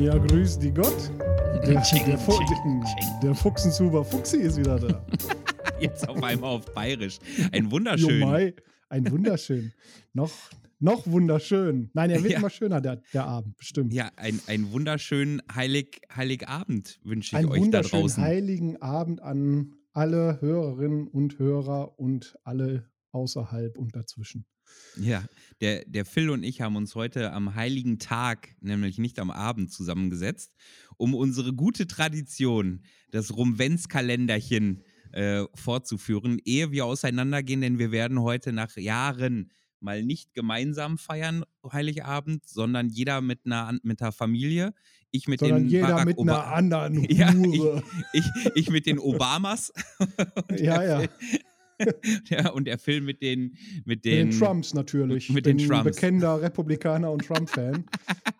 Ja, grüß die Gott. Der, Ching, der, Fu ching, ching. der, der Fuchsensuber Fuchsi ist wieder da. Jetzt auf einmal auf Bayerisch. Ein Jo wunderschön. Mai, ein wunderschön. noch, noch wunderschön. Nein, er wird Ja. immer schöner, der, der Abend, bestimmt. Ja, ein, ein wunderschönen Heilig, Heiligabend wünsche ich Einen euch da wunderschönen draußen. heiligen Abend an alle Hörerinnen und Hörer und alle außerhalb und dazwischen. ja, der, der Phil und ich haben uns heute am heiligen Tag, nämlich nicht am Abend, zusammengesetzt, um unsere gute Tradition, das Rumwenzkalenderchen, äh, fortzuführen, ehe wir auseinandergehen, denn wir werden heute nach Jahren mal nicht gemeinsam feiern, Heiligabend, sondern jeder mit einer, an- mit der Familie. Ich mit Sondern den jeder Barack mit Oba- einer anderen Ja, ich- Hure. ich, ich mit den Obamas. und Ja, der ja. Phil- ja. Und der Film mit den, mit Mit den, den Trumps natürlich. mit den Bin Trumps. bekennender Republikaner und Trump-Fan.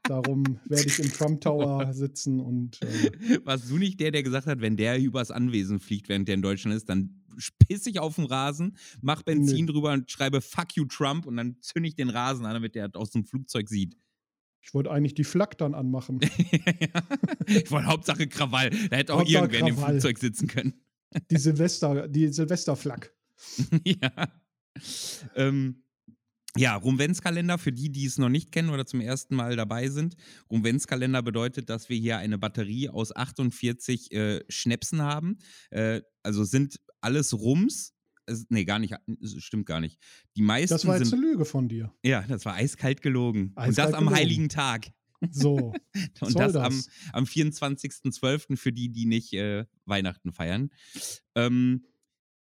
Darum werde ich im Trump Tower sitzen und äh, Warst du nicht der, der gesagt hat, wenn der übers Anwesen fliegt, während der in Deutschland ist, dann piss ich auf den Rasen, mach Benzin drüber und schreibe Fuck you Trump und dann zünde ich den Rasen an, damit der das aus dem Flugzeug sieht. ich wollte eigentlich die Flak dann anmachen. ich wollte Hauptsache Krawall. Da hätte auch Hauptsache irgendwer in dem Krawall. Flugzeug sitzen können. Die Silvester, die Silvesterflak. ja. Ähm, ja, Rumwenzkalender, für die, die es noch nicht kennen oder zum ersten Mal dabei sind. Rumwenzkalender bedeutet, dass wir hier eine Batterie aus 48 äh, Schnäpsen haben. Äh, also sind alles Rums. Es, nee, gar nicht. Es stimmt gar nicht. Die meisten Das war jetzt eine sind. Lüge von dir. Ja, das war eiskalt gelogen. Und das Eiskalt am gelogen. heiligen Tag. So, Und soll das, das? am, am 24.12. für die, die nicht äh, Weihnachten feiern. Ähm,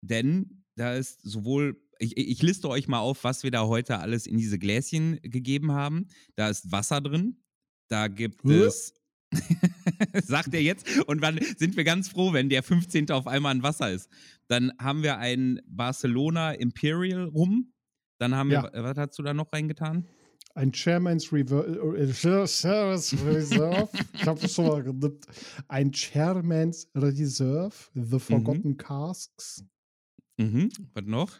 denn da ist sowohl, ich, ich liste euch mal auf, was wir da heute alles in diese Gläschen gegeben haben. Da ist Wasser drin, da gibt Hä? es. Sagt er jetzt. Und dann sind wir ganz froh, wenn der 15. auf einmal ein Wasser ist. Dann haben wir einen Barcelona Imperial rum. Dann haben wir, was hast du da noch reingetan? ein Chairman's Rever äh, äh, Chairman's Reserve. ich habe es schon mal gedippt. Ein Chairman's Reserve, The Forgotten Casks. Mhm. Was noch?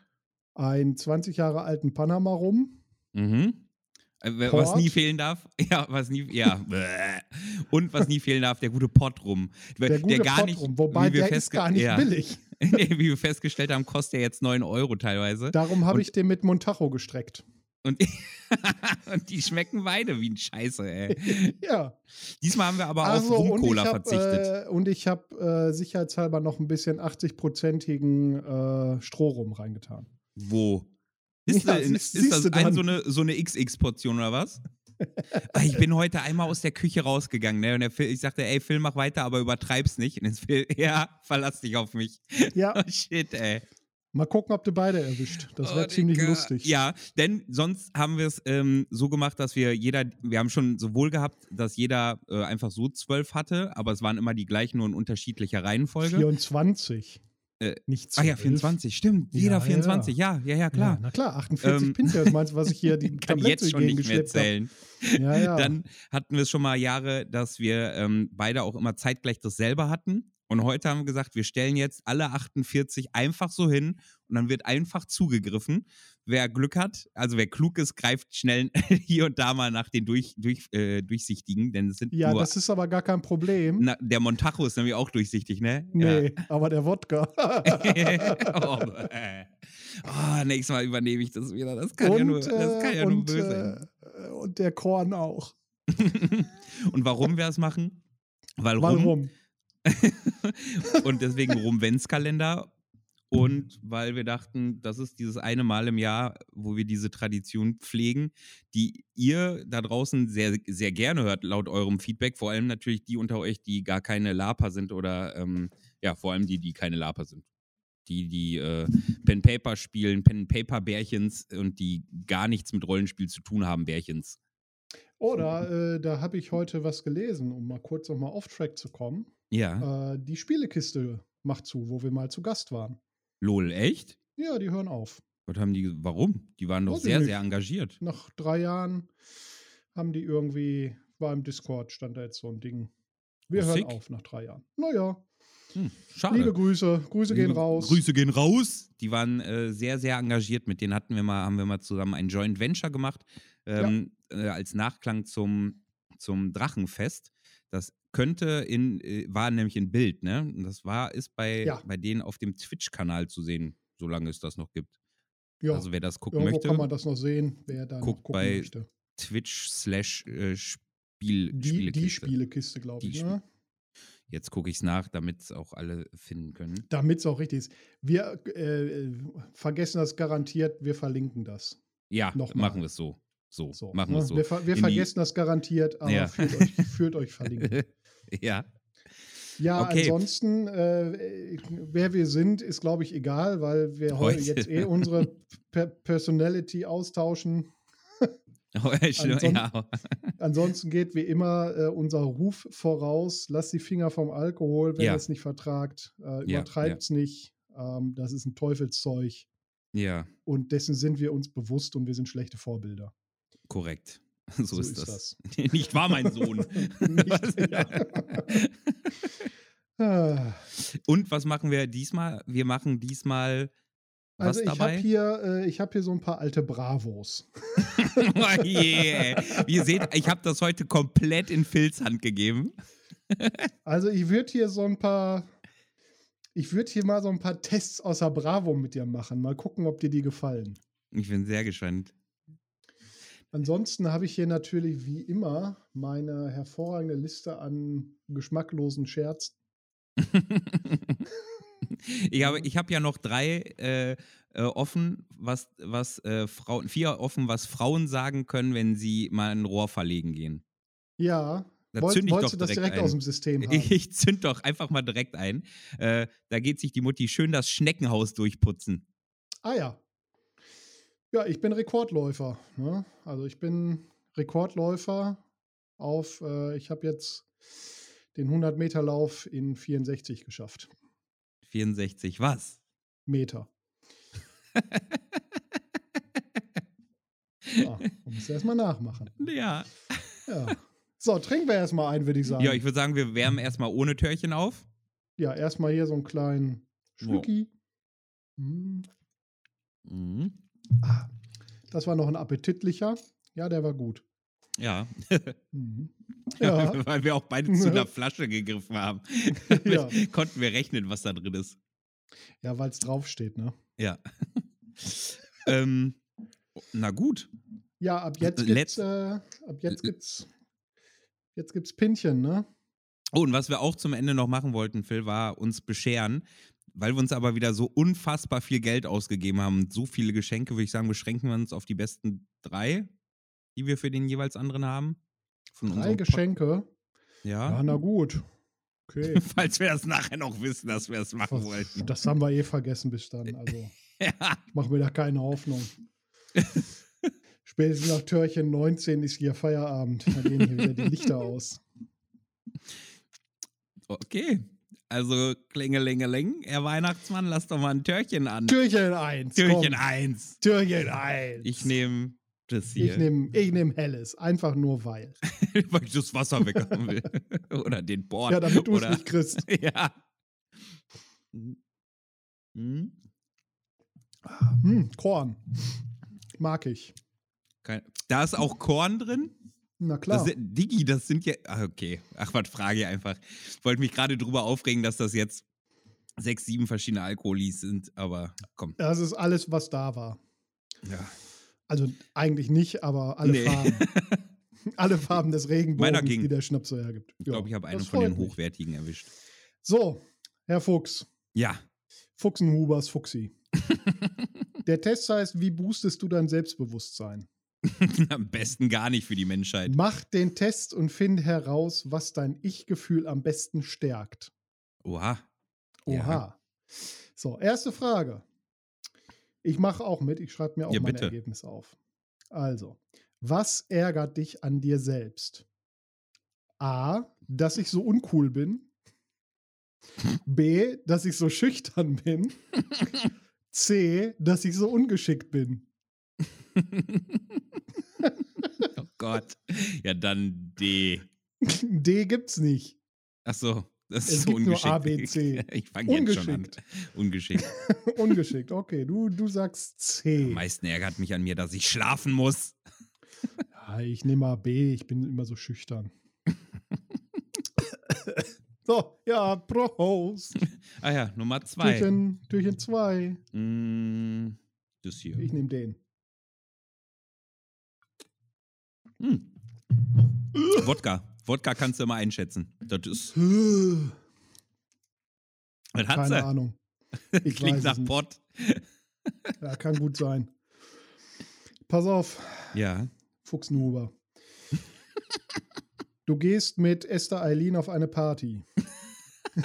Ein 20 Jahre alten Panama rum. Mhm. Äh, wa- Was Port? nie fehlen darf, ja, was nie, ja, bäh. und was nie fehlen darf, der gute Pott rum. Der gute Pott rum, wobei wie wir der ist festge- gar nicht ja, billig. wie wir festgestellt haben, kostet der jetzt 9 Euro teilweise. Darum Und- habe ich den mit Montajo gestreckt. Und, und die schmecken beide wie ein Scheiße, ey. Ja. Diesmal haben wir aber Also, auf und ich Rum-Cola hab, verzichtet. Äh, und ich habe äh, sicherheitshalber noch ein bisschen 80-prozentigen äh, Strohrum reingetan. Wo? Ist, Ja, da, in- siehst- ist siehst das du ein, dann. so eine, so eine XX-Portion oder was? Ah, ich bin heute einmal aus der Küche rausgegangen, ne? Und der Phil, ich sagte, ey, Phil, mach weiter, aber übertreib's nicht. Und jetzt Phil, ja, verlass dich auf mich. Ja, Oh shit, ey. mal gucken, ob du beide erwischt. Das wäre Oh, ziemlich Digga. lustig. Ja, denn sonst haben wir es ähm, so gemacht, dass wir jeder, wir haben schon sowohl gehabt, dass jeder äh, einfach so zwölf hatte, aber es waren immer die gleichen, nur in unterschiedlicher Reihenfolge. 24. Äh, Nicht Ah ja, 12. 24, stimmt. Ja, Jeder ja. 24, ja, ja, ja, Klar. klar. na klar, 48 Ähm, Pinchers. Meinst du, was ich hier die Kann Tablette jetzt schon nicht mehr gegengeschleppt hab? zählen. Ja, ja. Dann hatten wir es schon mal Jahre, dass wir ähm, beide auch immer zeitgleich dasselbe hatten. Und heute haben wir gesagt, wir stellen jetzt alle 48 einfach so hin und dann wird einfach zugegriffen. Wer Glück hat, also wer klug ist, greift schnell hier und da mal nach den durch, durch, äh, Durchsichtigen, denn es sind ja, nur. das ist aber gar kein Problem. Na, der Montajo ist nämlich auch durchsichtig, ne? Ja. nee, aber der Wodka. oh, äh. oh, nächstes Mal übernehme ich das wieder. Das kann ja nur, das kann äh, ja nur und, böse sein. äh, und der Korn auch. äh, und warum wir es machen? Weil Mal rum, rum. und deswegen Rumwenzkalender. Und Mhm. weil wir dachten, das ist dieses eine Mal im Jahr, wo wir diese Tradition pflegen, die ihr da draußen sehr, sehr gerne hört, laut eurem Feedback. Vor allem natürlich die unter euch, die gar keine Laper sind oder ähm, ja, vor allem die, die keine Laper sind. die, die äh, Pen Paper spielen, Pen Paper Bärchens und die gar nichts mit Rollenspiel zu tun haben, Bärchens. Oder äh, da habe ich heute was gelesen, um mal kurz nochmal off-track zu kommen. Ja. Äh, die Spielekiste macht zu, wo wir mal zu Gast waren. LOL, echt? Ja, die hören auf. Was haben die, ge- warum? Die waren doch Weiß ich sehr, nicht. sehr engagiert. Nach drei Jahren haben die irgendwie, war im Discord, stand da jetzt so ein Ding. Wir Oh, hören sick. auf nach drei Jahren. Naja, Hm, schade. liebe Grüße. Grüße gehen Liebe raus. Grüße gehen raus. Die waren äh, sehr, sehr engagiert. Mit denen hatten wir mal, haben wir mal zusammen ein Joint Venture gemacht, ähm, äh, als Nachklang zum, zum Drachenfest. Das könnte in, äh, war nämlich in Bild, ne? Und Das war, ist bei, Ja. bei denen auf dem Twitch-Kanal zu sehen, solange es das noch gibt. Ja, Also wer das gucken irgendwo kann man möchte, das noch sehen, wer da noch Guckt gucken bei möchte. Twitch slash äh, Spiel, Die, die Spielekiste. Spielekiste, glaube Die ich. Spiel- Ne? Jetzt gucke ich es nach, damit es auch alle finden können. Damit es auch richtig ist. Wir äh, vergessen das garantiert, wir verlinken das. Ja, Noch mal. machen wir es so. So, So, Oh, machen wir ne? es so. Wir, ver wir In die- vergessen das garantiert, aber Ja. fühlt, euch, fühlt euch verlinkt. ja. Ja, Okay. ansonsten, äh, wer wir sind, ist, glaube ich, egal, weil wir heute Heute. jetzt eh unsere per Personality austauschen. Oh, äh, schlimm, Anson- ja. Ansonsten geht wie immer äh, unser Ruf voraus. Lasst die Finger vom Alkohol, wenn Ja. ihr es nicht vertragt. Äh, ja. Übertreibt es nicht. Ähm, das ist ein Teufelszeug. ja, Und dessen sind wir uns bewusst und wir sind schlechte Vorbilder. korrekt. So, ist, das. Nicht wahr, mein Sohn. Nicht, Ah. Und was machen wir diesmal? Wir machen diesmal was Also ich habe dabei? hier, äh, ich hab hier so ein paar alte Bravos. oh je, ey. Wie ihr seht, ich habe das heute komplett in Phils Hand gegeben. Also ich würde hier so ein paar, ich würde hier mal so ein paar Tests außer Bravo mit dir machen. Mal gucken, ob dir die gefallen. Ich bin sehr gespannt. Ansonsten habe ich hier natürlich wie immer meine hervorragende Liste an geschmacklosen Scherzen. ich habe ich hab ja noch drei äh, äh, offen, was, was äh, Frauen, vier offen, was Frauen sagen können, wenn sie mal ein Rohr verlegen gehen. Ja, Da wollt, zünd ich wolltest doch du das direkt direkt ein. aus dem System haben? Ich, ich zünd doch einfach mal direkt ein. Äh, da geht sich die Mutti schön das Schneckenhaus durchputzen. Ah ja. Ja, ich bin Rekordläufer. Ne? Also ich bin Rekordläufer auf, äh, ich habe jetzt den 100-Meter-Lauf in 64 geschafft. 64, was? Meter. Ja, muss erstmal nachmachen. Ja. Ja. So, trinken wir erstmal ein, würde ich sagen. Ja, ich würde sagen, wir wärmen erstmal ohne Törchen auf. Ja, erstmal hier so einen kleinen Ja. Schlucki. Mm, Mhm. Ah, Das war noch ein appetitlicher. Ja, der war gut. Ja. Mhm. Ja, ja. Weil wir auch beide zu einer Flasche gegriffen haben. Ja. Konnten wir rechnen, was da drin ist. ja weil es draufsteht, ne? Ja. ähm, na gut. Ja, ab jetzt Letz- gibt's, äh, ab jetzt L- gibt's, jetzt gibt's Pinchen, ne? Oh, und was wir auch zum Ende noch machen wollten, Phil, war uns bescheren. Weil wir uns aber wieder so unfassbar viel Geld ausgegeben haben, und so viele Geschenke, würde ich sagen, beschränken wir uns auf die besten drei, die wir für den jeweils anderen haben. Von Drei unserem Pod- Geschenke. Ja, Ja. na gut. Okay. Falls wir das nachher noch wissen, dass wir es machen wollten. Das haben wir eh vergessen bis dann. Also, ja. ich mache mir da keine Hoffnung. Spätestens nach Türchen 19 ist hier Feierabend. Da gehen hier wieder die Lichter aus. Okay. Also klingelingeling, Herr Weihnachtsmann, lass doch mal ein Törchen an. Türchen 1. komm. Türchen 1. Türchen 1. Ich nehme das hier. Ich nehme ich nehm Helles. Einfach nur weil. weil ich das Wasser weg haben will. Oder den Bord. Ja, damit du es Oder, nicht kriegst. ja. Hm? Hm, Korn. Mag ich. Kein, da ist auch Korn drin. Na klar. Das sind, Digi, das sind ja. Ah, okay. Ach, was frage ich einfach. Wollte mich gerade drüber aufregen, dass das jetzt sechs, sieben verschiedene Alkoholis sind, aber komm. Das ist alles, was da war. Ja. Also eigentlich nicht, aber alle Nee. Farben. alle Farben des Regenbogens, Meiner ging. die der Schnaps so hergibt. Ich glaube, ich habe einen das von den freut mich. hochwertigen erwischt. So, Herr Fuchs. Ja. Fuchsenhubers Fuchsi. der Test heißt, wie boostest du dein Selbstbewusstsein? Am besten gar nicht für die Menschheit. Mach den Test und finde heraus, was dein Ich-Gefühl am besten stärkt. Oha. Oha. Ja. So, erste Frage. Ich mache auch mit, ich schreibe mir auch Ja, mein bitte. Ergebnis auf. Also, was ärgert dich an dir selbst? A, dass ich so uncool bin. B, dass ich so schüchtern bin. C, dass ich so ungeschickt bin. oh Gott. Ja, dann D. D gibt's nicht. Ach so, das Es ist so gibt nur ungeschickt. A, B, C. Ich fange jetzt schon an. Ungeschickt. Ungeschickt. Ungeschickt. Okay, du, du sagst Am C. meisten ärgert mich an mir, dass ich schlafen muss. Ja, Ah, ich nehme mal B, ich bin immer so schüchtern. so, ja, Prost. Ah ja, Nummer zwei. Türchen, Türchen 2. Mm, das hier. Ich nehme den. Mm. Wodka. Wodka kannst du immer einschätzen. Das ist. Was hat Keine sie? Ahnung. Ich Klingt weiß nach es nicht. Pott. Ja, kann gut sein. Pass auf, Ja. Fuchsnuber. Du gehst mit Esther Eileen auf eine Party.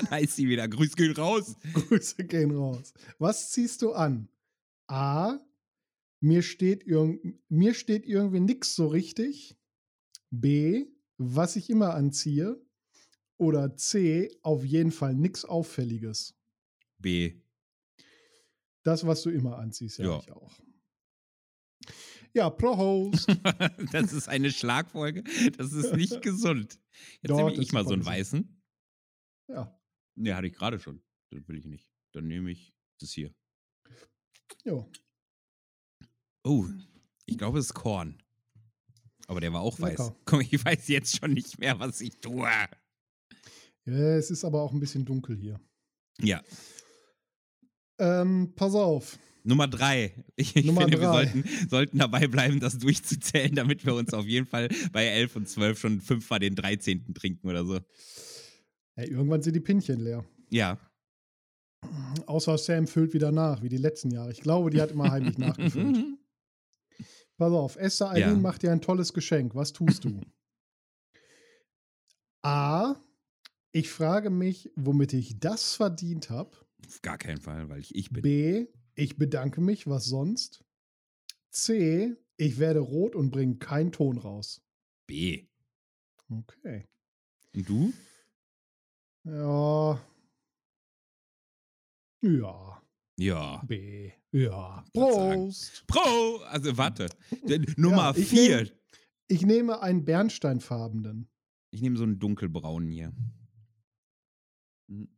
Da ist sie wieder. Grüß gehen raus. Grüße gehen raus. Was ziehst du an? A. Mir steht, irg mir steht irgendwie nichts so richtig. B. Was ich immer anziehe. Oder C. Auf jeden Fall nichts Auffälliges. B. Das, was du immer anziehst, ja, Ja. ich auch. Ja, Prohost. Das ist eine Schlagfolge. Das ist nicht gesund. Jetzt Doch, nehme das ich ist mal so einen voll weißen. ja, Ne, hatte ich gerade schon. Das will ich nicht. Dann nehme ich das hier. jo. Oh, ich glaube, es ist Korn. Aber der war auch weiß. Lecker. Komm, ich weiß jetzt schon nicht mehr, was ich tue. Ja, es ist aber auch ein bisschen dunkel hier. Ja, Ähm, pass auf. Nummer drei. Ich, ich Nummer finde, wir drei. sollten, sollten dabei bleiben, das durchzuzählen, damit wir uns auf jeden Fall bei 11 und 12 schon fünfmal den 13. trinken oder so. Ey, irgendwann sind die Pinchen leer. Ja. Außer Sam füllt wieder nach, wie die letzten Jahre. Ich glaube, die hat immer heimlich nachgefüllt. Mhm. Pass auf, Esther Eileen Ja. macht dir ein tolles Geschenk. Was tust du? A. Ich frage mich, womit ich das verdient habe. Auf gar keinen Fall, weil ich ich bin. B. Ich bedanke mich, was sonst? C. Ich werde rot und bringe keinen Ton raus. B. Okay. Und du? Ja. Ja. Ja. B. Ja. Gott sei Dank. Prost. Pro! Also warte. Denn Nummer ich vier. nehm- Ich nehme einen bernsteinfarbenen. Ich nehme so einen dunkelbraunen hier. Hm.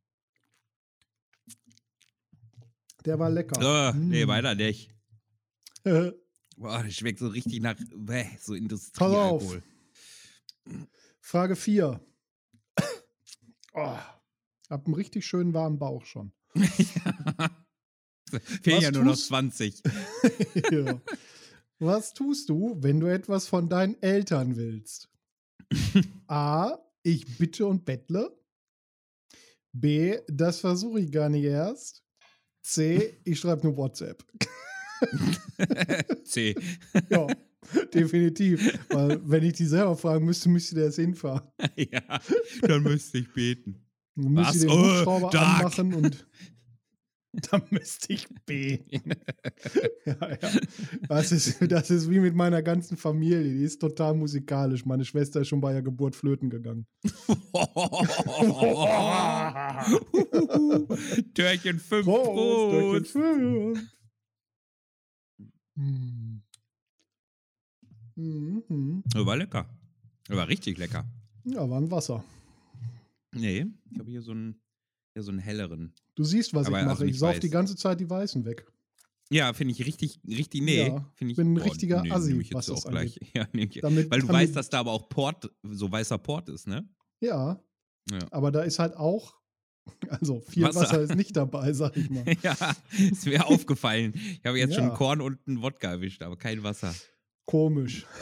Der war lecker. Ah, nee, Mm. Äh, weiter nicht. Boah, das schmeckt so richtig nach bäh, so Industriealkohol. Frage 4. Oh, hab einen richtig schönen warmen Bauch schon. Fehlen Was ja nur noch tust- 20. ja. Was tust du, wenn du etwas von deinen Eltern willst? A. Ich bitte und bettle. B. Das versuche ich gar nicht erst. C. Ich schreibe nur WhatsApp. C. Ja, definitiv. Weil, wenn ich die selber fragen müsste, müsste der es hinfahren. ja, dann müsste ich beten. Dann müsste Was? ich den Oh, Hubschrauber Dark. anmachen und dann müsste ich beten. ja, ja. Das, ist, das ist wie mit meiner ganzen Familie. Die ist total musikalisch. Meine Schwester ist schon bei der Geburt flöten gegangen. Türchen Prost, 5 Prost. Deutschland. Hm. Mhm. Oh, War lecker. War richtig lecker. Ja, war ein Wasser. Nee, ich habe hier so einen, hier so einen helleren. Du siehst, was Aber ich mache. also ich nicht sauf weiß. die ganze Zeit die Weißen weg. Ja, finde ich richtig, richtig, nee. Ja, finde ich bin ein richtiger Assi, nehm ich jetzt was das auch gleich. Ja, nehm ich, Damit, weil du damit, weißt, dass da aber auch Port, so weißer Port ist, ne? Ja, Ja. aber da ist halt auch, also viel Wasser. Wasser, ist nicht dabei, sag ich mal. ja, ist mir aufgefallen. Ich habe jetzt schon Ja. Korn und einen Wodka erwischt, aber kein Wasser. Komisch.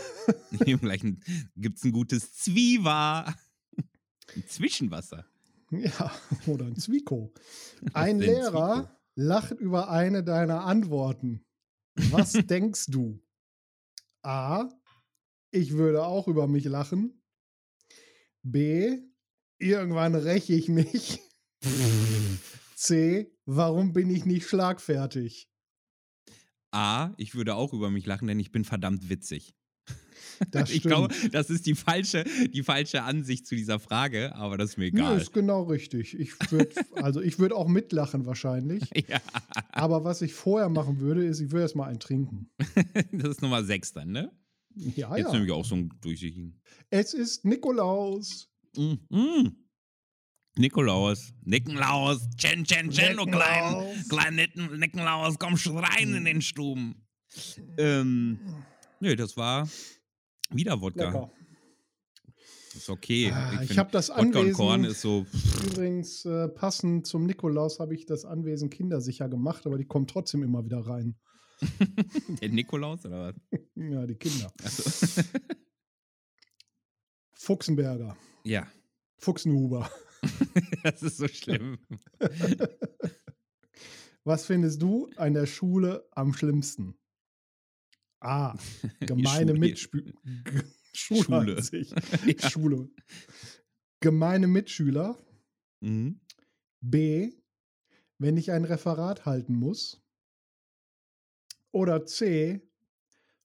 Ich nehme gleich ein, gibt's ein gutes Zwiewa. Ein Zwischenwasser. Ja, oder ein Zwieko. Ein denn Lehrer Zwieko? lacht über eine deiner Antworten. Was denkst du? A. Ich würde auch über mich lachen. B. Irgendwann räche ich mich. C. Warum bin ich nicht schlagfertig? A, ich würde auch über mich lachen, denn ich bin verdammt witzig. Das ich stimmt. glaube, das ist die falsche, die falsche Ansicht zu dieser Frage, aber das ist mir Nee, egal. ist genau richtig. Ich würde also ich würde auch mitlachen wahrscheinlich. ja, Aber was ich vorher machen würde, ist, ich würde erstmal einen trinken. das ist Nummer 6 dann, ne? Ah Ja, Jetzt ja. nehme ich auch so einen durchsichtigen. Es ist Nikolaus. Mm, mm. Nikolaus, Nikolaus, Chen, Chen, Chen, du klein, Nikolaus. klein Nitten- Nikolaus, komm schon rein in den Stuben. Ähm, nö, das war wieder Wodka. Äh. Lecker. Ist okay. Ah, ich find, hab das Wodka und Anwesen- Korn ist so, Übrigens, äh, passend zum Nikolaus habe ich das Anwesen kindersicher gemacht, aber die kommen trotzdem immer wieder rein. der Nikolaus oder was? Ja, die Kinder. Also, Fuchsenberger. ja, Fuchsenhuber. das ist so schlimm. Was findest du an der Schule am schlimmsten? A. Gemeine Schule. Mitschüler. Schule. Schule. an sich. Schule. Gemeine Mitschüler. Mhm. B. Wenn ich ein Referat halten muss. Oder C.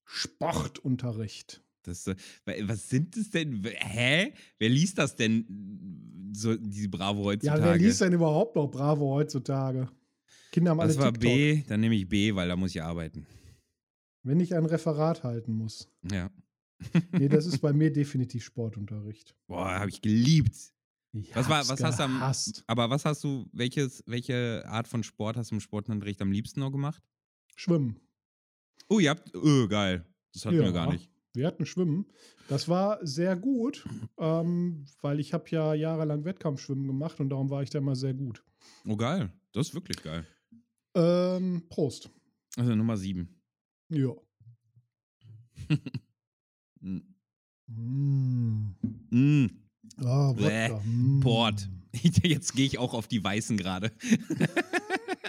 Sportunterricht. Das, äh, wa- was sind es denn? W- Hä? Wer liest das denn? So, die Bravo Ja, heutzutage. wer liest denn überhaupt noch Bravo heutzutage? Kinder haben alle Das war TikTok. B, dann nehme ich B, weil da muss ich arbeiten. Wenn ich ein Referat halten muss. Ja. Nee, das ist bei mir definitiv Sportunterricht. Boah, habe ich geliebt. Ich Was, war, hab's was hast du am, gehasst. Aber was hast du, welches, welche Art von Sport hast du im Sportunterricht am liebsten noch gemacht? Schwimmen. Oh, ihr habt. Öh, geil. Das hatten wir gar Ja. nicht. Wir hatten Schwimmen. Das war sehr gut, ähm, weil ich habe ja jahrelang Wettkampfschwimmen gemacht und darum war ich da immer sehr gut. Oh, geil. Das ist wirklich geil. Ähm, Prost. Also Nummer 7. Ja. Hm. Mm. Mm. Ah, Bäh. Wodka. Mm. Port. Jetzt gehe ich auch auf die Weißen gerade.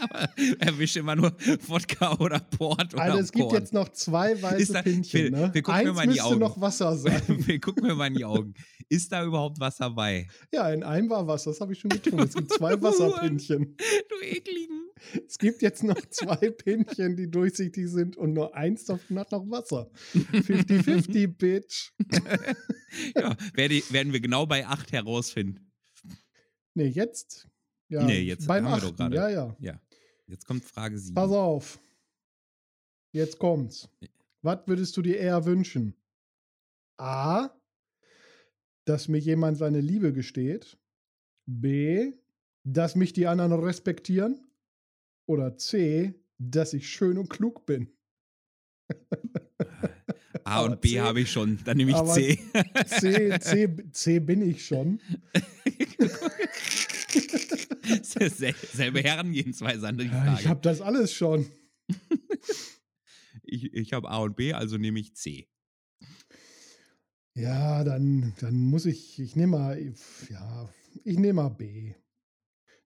Aber erwische immer nur Wodka oder Port oder Also es gibt Korn. jetzt noch zwei weiße Ist da- Pinchen. Phil, ne? wir gucken mir Eins mal in die müsste Augen. noch Wasser sein. Wir gucken mir mal in die Augen. Ist da überhaupt Wasser bei? ja, in einem war Wasser, das habe ich schon getrunken. Es gibt Oh zwei Wasserpinchen. Du ekligen. Es gibt jetzt noch zwei Pinchen, die durchsichtig sind und nur eins davon hat noch Wasser. 50-50, Bitch. Ja, werde, ich- werden wir genau bei 8 herausfinden. Nee, jetzt. Ja, Nee, jetzt beim haben wir doch achten, gerade. Ja, ja. Jetzt kommt Frage 7. Pass auf. Jetzt kommt's. Was würdest du dir eher wünschen? A. Dass mir jemand seine Liebe gesteht. B. Dass mich die anderen respektieren. Oder C. Dass ich schön und klug bin. A und aber B C- habe ich schon. Dann nehme ich aber- C. C, C, C bin ich schon. Sel selbe Herangehensweise an die Ja, ich Frage. habe das alles schon. Ich, ich habe A und B, also nehme ich C. Ja, dann, dann muss ich, ich nehme mal, ja, ich nehme mal B.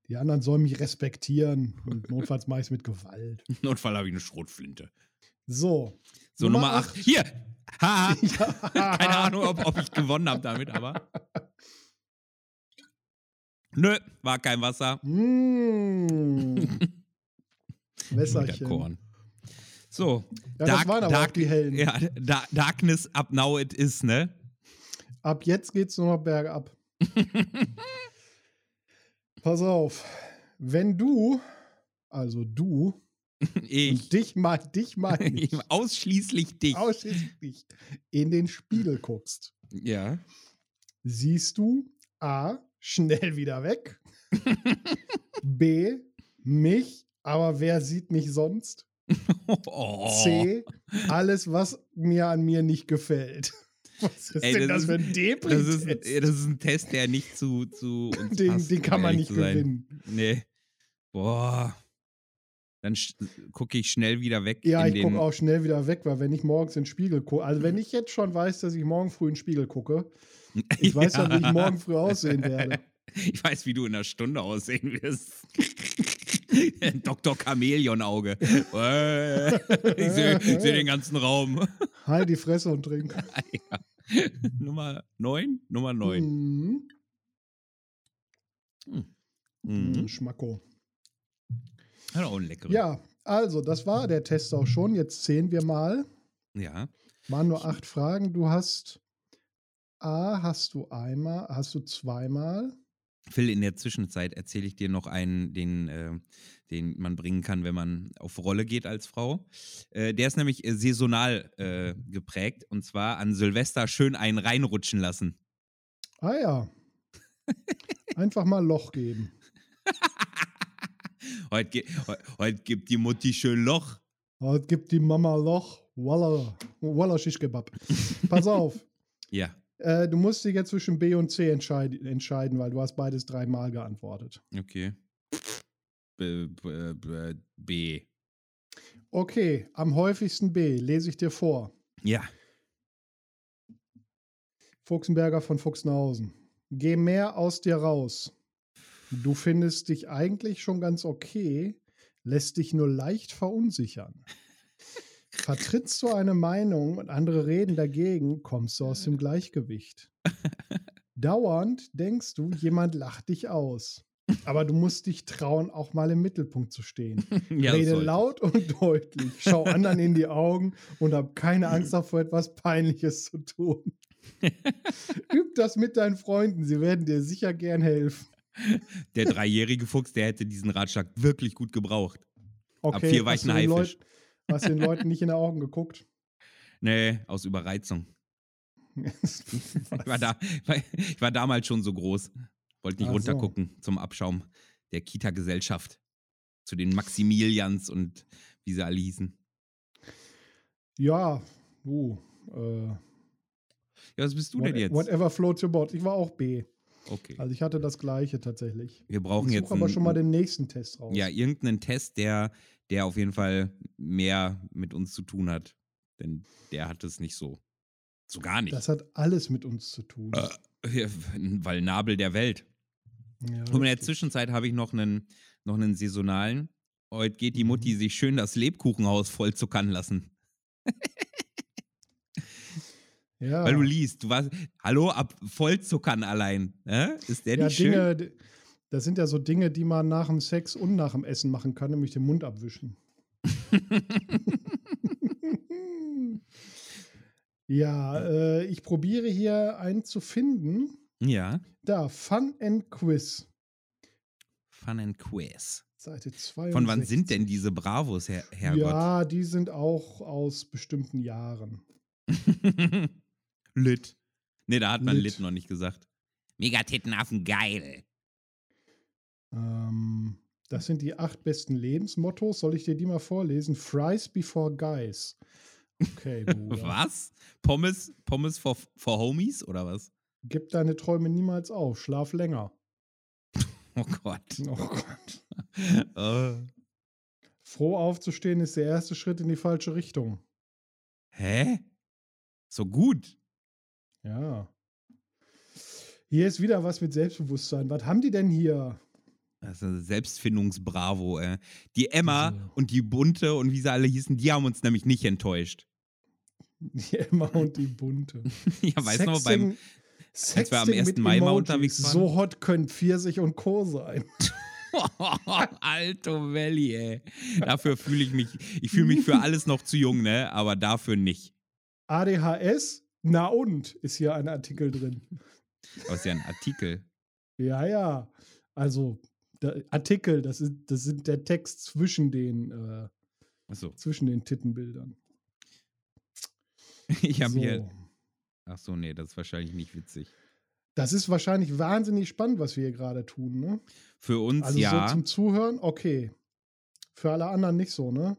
Die anderen sollen mich respektieren und notfalls mache ich es mit Gewalt. Notfall habe ich eine Schrotflinte. So. So, Nummer Nummer 8. Hier! Ha! Ja. Keine Ahnung, ob, ob ich gewonnen habe damit, aber. Nö, war kein Wasser. Mmh. Wieder Wässerchen. Korn. So, Ja, das waren aber auch die hellen. Ja, da, Darkness up now it is, ne? Ab jetzt geht's nur noch bergab. Pass auf. Wenn du, also du, Ich. und dich mal, dich mal nicht, Ausschließlich dich. ausschließlich dich, in den Spiegel guckst, ja. siehst du A, schnell wieder weg. B, mich, aber wer sieht mich sonst? Oh. C, alles, was mir an mir nicht gefällt. Was ist Ey, denn das, das ist- für ein depri Das ist, ein- das ist ein Test, der nicht zu, zu uns den, passt, den kann um man ehrlich nicht zu sein. gewinnen. Nee. Boah. Dann gucke ich schnell wieder weg. Ja, in Mhm. ich den, gucke auch schnell wieder weg, weil wenn ich morgens in den Spiegel gucke, also wenn ich jetzt schon weiß, dass ich morgen früh in den Spiegel gucke, ich weiß ja, wie ich morgen früh aussehen werde. Ich weiß, wie du in einer Stunde aussehen wirst. Dr. Chamäleon-Auge. Äh, ich sehe seh den ganzen Raum. Halt die Fresse und trink. Nummer 9? Nummer 9. Mhm. Mhm. Schmacko. Ja, auch ein leckeres. Mhm. Äh, Ja, also, das war der Test auch schon. Jetzt sehen wir mal. Ja. Waren nur acht Fragen. Du hast A, hast du einmal, hast du zweimal. Phil, in der Zwischenzeit erzähle ich dir noch einen, den, äh, den man bringen kann, wenn man auf Rolle geht als Frau. Äh, der ist nämlich äh, saisonal äh, geprägt und zwar an Silvester schön einen reinrutschen lassen. Ah ja. Einfach mal Loch geben. Heute, ge heu- heute gibt die Mutti schön Loch. Heute Oh, gibt die Mama Loch. Walla. Walla Shish-Kebab. Pass auf. Ja, Äh, du musst dich jetzt zwischen B und C entscheid entscheiden, weil du hast beides dreimal geantwortet. okay. B, b, b, b. Okay, am häufigsten B lese ich dir vor. Ja, Fuchsenberger von Fuchsenhausen. Geh mehr aus dir raus. Du findest dich eigentlich schon ganz okay, lässt dich nur leicht verunsichern. Vertrittst du eine Meinung und andere reden dagegen, kommst du aus dem Gleichgewicht. Dauernd denkst du, jemand lacht dich aus. Aber du musst dich trauen, auch mal im Mittelpunkt zu stehen. ja das Rede sollte. laut und deutlich, schau anderen in die Augen und hab keine Angst davor, etwas Peinliches zu tun. Üb das mit deinen Freunden, sie werden dir sicher gern helfen. Der dreijährige Fuchs, der hätte diesen Ratschlag wirklich gut gebraucht. Okay, vier war ich hast du ein den Haifisch. Leuten- Hast du den Leuten nicht in die Augen geguckt? Nee, aus Überreizung. Ich war, da, ich war damals schon so groß. Wollte nicht Ach so. runtergucken zum Abschaum der Kita-Gesellschaft. Zu den Maximilians und wie sie alle hießen. Ja, du. Äh, Ja, was bist du denn what, jetzt? whatever floats your boat. Ich war auch B. Okay. Also ich hatte das gleiche tatsächlich. Wir brauchen Ich jetzt. suche aber einen- schon mal den nächsten Test raus. ja, irgendeinen Test, der, der auf jeden Fall mehr mit uns zu tun hat. Denn der hat es nicht so. So gar nicht. das hat alles mit uns zu tun. Äh, ja, weil Nabel der Welt. Ja, Und in der richtig. Zwischenzeit habe ich noch einen, noch einen saisonalen. Heute geht Mhm. die Mutti sich schön das Lebkuchenhaus vollzuckern lassen. ja. Weil du liest, du warst, hallo, ab Vollzuckern allein. Ne? Ist der ja, nicht schön? Dinge, d- das sind ja so Dinge, die man nach dem Sex und nach dem Essen machen kann, nämlich den Mund abwischen. ja, äh, ich probiere hier einen zu finden. Ja. Da, Fun and Quiz, Fun and Quiz. Seite 2. Von wann sind denn diese Bravos, Herr, Herrgott? Ja, die sind auch aus bestimmten Jahren. Lit. Nee, da hat man Lit, Lit. noch nicht gesagt. Megatittenaffen, geil. Ähm, das sind die acht besten Lebensmottos. Soll ich dir die mal vorlesen? Fries before guys. Okay, Bruder. Was? Pommes, Pommes for, for Homies oder was? Gib deine Träume niemals auf. Schlaf länger. Oh Gott. Oh Gott. Hm. Äh, Froh aufzustehen ist der erste Schritt in die falsche Richtung. hä? So gut. Ja. Hier ist wieder was mit Selbstbewusstsein. Was haben die denn hier? Das ist eine Selbstfindungsbravo, ey. Die Emma Also- und die Bunte und wie sie alle hießen, die haben uns nämlich nicht enttäuscht. Die Emma und die Bunte. ja, weißt du noch, beim, Sexting wir am mit 1. Mai mal Emojis. unterwegs waren? So hot können Pfirsich und Co. sein. Alto Valley, ey. Dafür fühle ich mich, ich fühle mich für alles noch zu jung, ne? Aber dafür nicht. ADHS? Na und? Ist hier ein Artikel drin. Aber ist ja ein Artikel. Ja, ja. Also, da, Artikel, das, ist, das sind der Text zwischen den, äh, Achso, zwischen den Tittenbildern. ich habe So. hier. Achso, nee, das ist wahrscheinlich nicht witzig. Das ist wahrscheinlich wahnsinnig spannend, was wir hier gerade tun, ne? Für uns Also ja. so zum Zuhören, okay. Für alle anderen nicht so, ne?